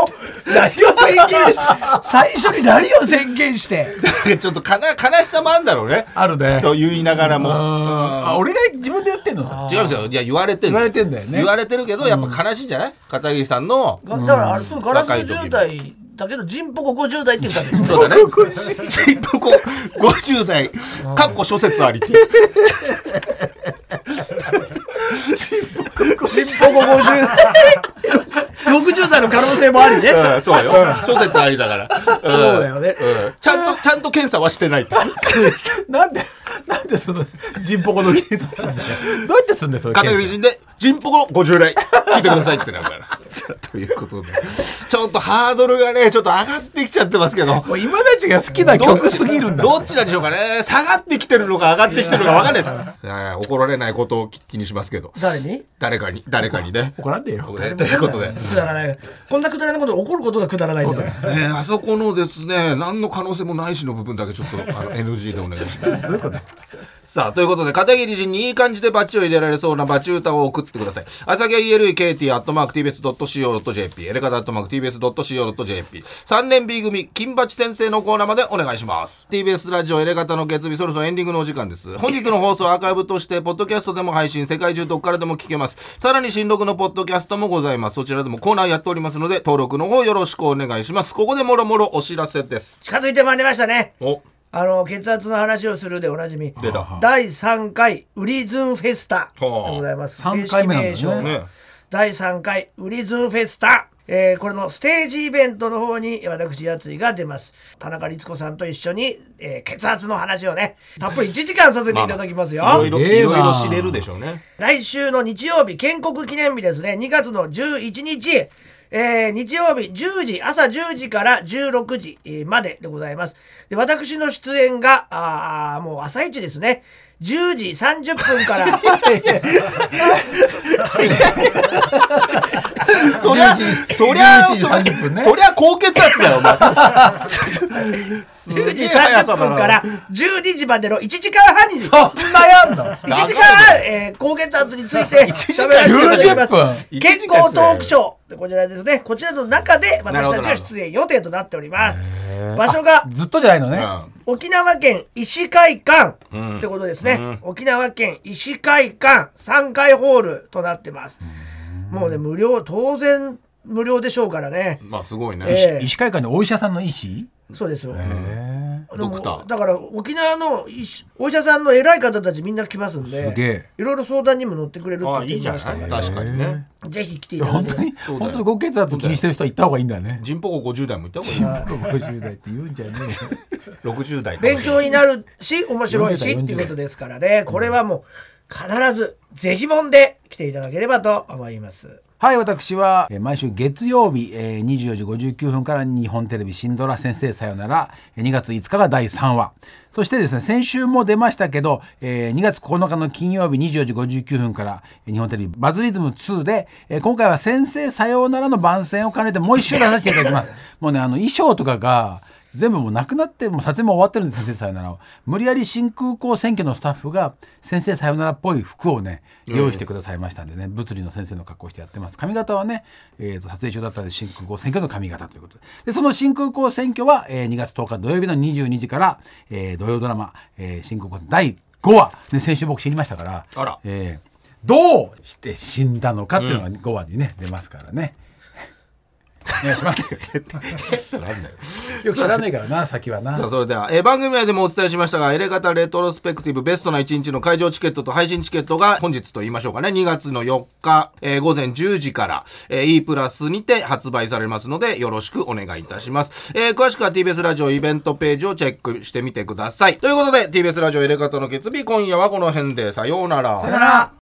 Speaker 1: 何を宣言し、最初に何を宣言して。
Speaker 3: ちょっとかな悲しさもあるんだろうね。
Speaker 2: あるね。
Speaker 3: そう言いながらも。
Speaker 2: あ、俺が自分でやってんのさ。
Speaker 3: 違うんですよ。いや、言われて
Speaker 2: 言
Speaker 3: る。
Speaker 2: われてんだよね
Speaker 3: 言われてるけど、やっぱ悲しいんじゃない片桐さんの。
Speaker 1: がだからあれそうガラス
Speaker 3: 若い時
Speaker 1: 50代だけど人ポコ50代って言ったんです
Speaker 3: そうだね。チンポコ50代、かっこ諸説ありって。
Speaker 1: 人ポコ50代 60代の可能性もありね
Speaker 3: うん、そうよ。諸説ありだから。そう
Speaker 1: そうだよね
Speaker 3: ん。ちゃんと、ちゃんと検査はしてないって。
Speaker 2: なんで、なんでその、ジンポコの検査すんだよ。 どうやってすんだよ、それ。
Speaker 3: 片桐仁で、ジンポコの50代、聞いてくださいってな るから。さあということで、ちょっとハードルがね、ちょっと上がってきちゃって ますけど。
Speaker 2: もう今たちが好きな曲すぎるんだ。
Speaker 3: どっちなんでしょうかね。下がってきてるのか上がってきてるのか分かんないです。えー怒られないことを気にしますけど。
Speaker 1: 誰に
Speaker 3: 誰かに、誰かにね。
Speaker 2: 怒らんでよ。
Speaker 3: ということで。
Speaker 1: くだらないこんなくだらないことで怒ることがくだらないんだから
Speaker 3: えーあそこのですね、何の可能性もないしの部分だけちょっとあの NG でお願いします。
Speaker 2: どういうこと
Speaker 3: さあ、ということで、片桐仁にいい感じでバチを入れられそうなバチ歌を送ってください。あさぎは elekt.tbs.co.jp、エレカタ .tbs.co.jp、3年 B 組、金八先生のコーナーまでお願いします。TBS ラジオエレカタの月日、そろそろエンディングのお時間です。本日の放送はアーカイブとして、ポッドキャストでも配信、世界中どこからでも聞けます。さらに新録のポッドキャストもございます。そちらでもコーナーやっておりますので、登録の方よろしくお願いします。ここでもろもろお知らせです。
Speaker 1: 近づいてまいりましたね
Speaker 3: お、
Speaker 1: あの血圧の話をするでおなじみ
Speaker 3: 出た。
Speaker 1: 第3回ウリズンフェスタでございます
Speaker 2: はあ
Speaker 1: 正式
Speaker 2: 三回目なんだ
Speaker 1: 名
Speaker 2: ね
Speaker 1: 称
Speaker 3: ね
Speaker 1: 第3回ウリズンフェスタ、えーこれのステージイベントの方に私やついが出ます田中律子さんと一緒に、えー血圧の話をねたっぷり1時間させていただきますよ、
Speaker 3: いろいろいろいろ知れるでしょうね。
Speaker 1: 来週の日曜日建国記念日ですね2月の11日えー日曜日10時朝10時から16時えーまででございますで私の出演があーもう朝一ですね11 10時30分から
Speaker 3: そりゃ、
Speaker 2: 11
Speaker 3: そりゃ、
Speaker 2: 11時30分ね
Speaker 3: そりゃ高血圧だよ、お前。
Speaker 1: 10時30分から12時までの1時間半に
Speaker 2: そんなやんの
Speaker 1: 1時間半、えー高血圧について喋らせていただきます
Speaker 3: 90分
Speaker 1: 健康トークショーこちらですねこちらの中で私たちは出演予定となっております場所が
Speaker 2: ずっとじゃないのね。
Speaker 1: 沖縄県医師会館ってことですね、沖縄県医師会館3階ホールとなってますもうね無料当然無料でしょうからね
Speaker 3: うんまあ、すごいね。
Speaker 1: ええ
Speaker 2: 医師会館のお医者さんの医師
Speaker 1: そうですよあの
Speaker 3: ドクター
Speaker 1: だから沖縄の医師お医者さんの偉い方たちみんな来ますんです
Speaker 2: げえ
Speaker 1: いろいろ相談にも乗ってくれるって言
Speaker 3: ああ、
Speaker 1: っ
Speaker 3: い
Speaker 1: て
Speaker 3: い
Speaker 1: い
Speaker 3: じゃ
Speaker 1: ま
Speaker 3: ない
Speaker 1: したから
Speaker 3: 確かにね。
Speaker 1: ぜひ来ていただ
Speaker 2: 本
Speaker 1: い
Speaker 2: 当
Speaker 1: て
Speaker 2: に、本当に高血圧気にしてる人は行った方がいいんだね。
Speaker 3: 人口50代もいた方がいい。
Speaker 2: 50代って言うんじゃねえよ。
Speaker 3: 60代。
Speaker 1: 勉強になるし面白いし
Speaker 2: 40
Speaker 1: っていうことですからねこれはもう必ずぜひもんで来ていただければと思います
Speaker 2: はい、私は、えー毎週月曜日、えー24時59分から日本テレビシンドラ先生さよなら、えー2月5日が第3話。そしてですね、先週も出ましたけど、えー2月9日の金曜日24時59分から、えー日本テレビバズリズム2で、えー今回は先生さようならの番宣を兼ねてもう一週出させていただきます。もうね、あの衣装とかが、全部もうなくなってもう撮影も終わってるんです先生さよならを無理やり新空港選挙のスタッフが先生さよならっぽい服をね用意してくださいましたんでね、物理の先生の格好をしてやってます髪型はね、えーと撮影中だったんで新空港選挙の髪型ということででその新空港選挙は、えー2月10日土曜日の22時から、えー土曜ドラマ「えー新空港」第5話、ね、先週僕知りましたから
Speaker 3: あら
Speaker 2: えーどうして死んだのかっていうのが5話にね、出ますからね。お願いし ます。
Speaker 3: なんだよ。
Speaker 2: よく知らないからな、先はな
Speaker 3: さあ。それでは、えー番組内でもお伝えしましたがエレガタレトロスペクティブベストな1日の会場チケットと配信チケットが本日と言いましょうかね2月の4日、えー午前10時から、えー E プラスにて発売されますのでよろしくお願いいたします、えー詳しくは TBS ラジオイベントページをチェックしてみてくださいということで TBS ラジオエレガタの決日今夜はこの辺でさようなら
Speaker 1: さよなら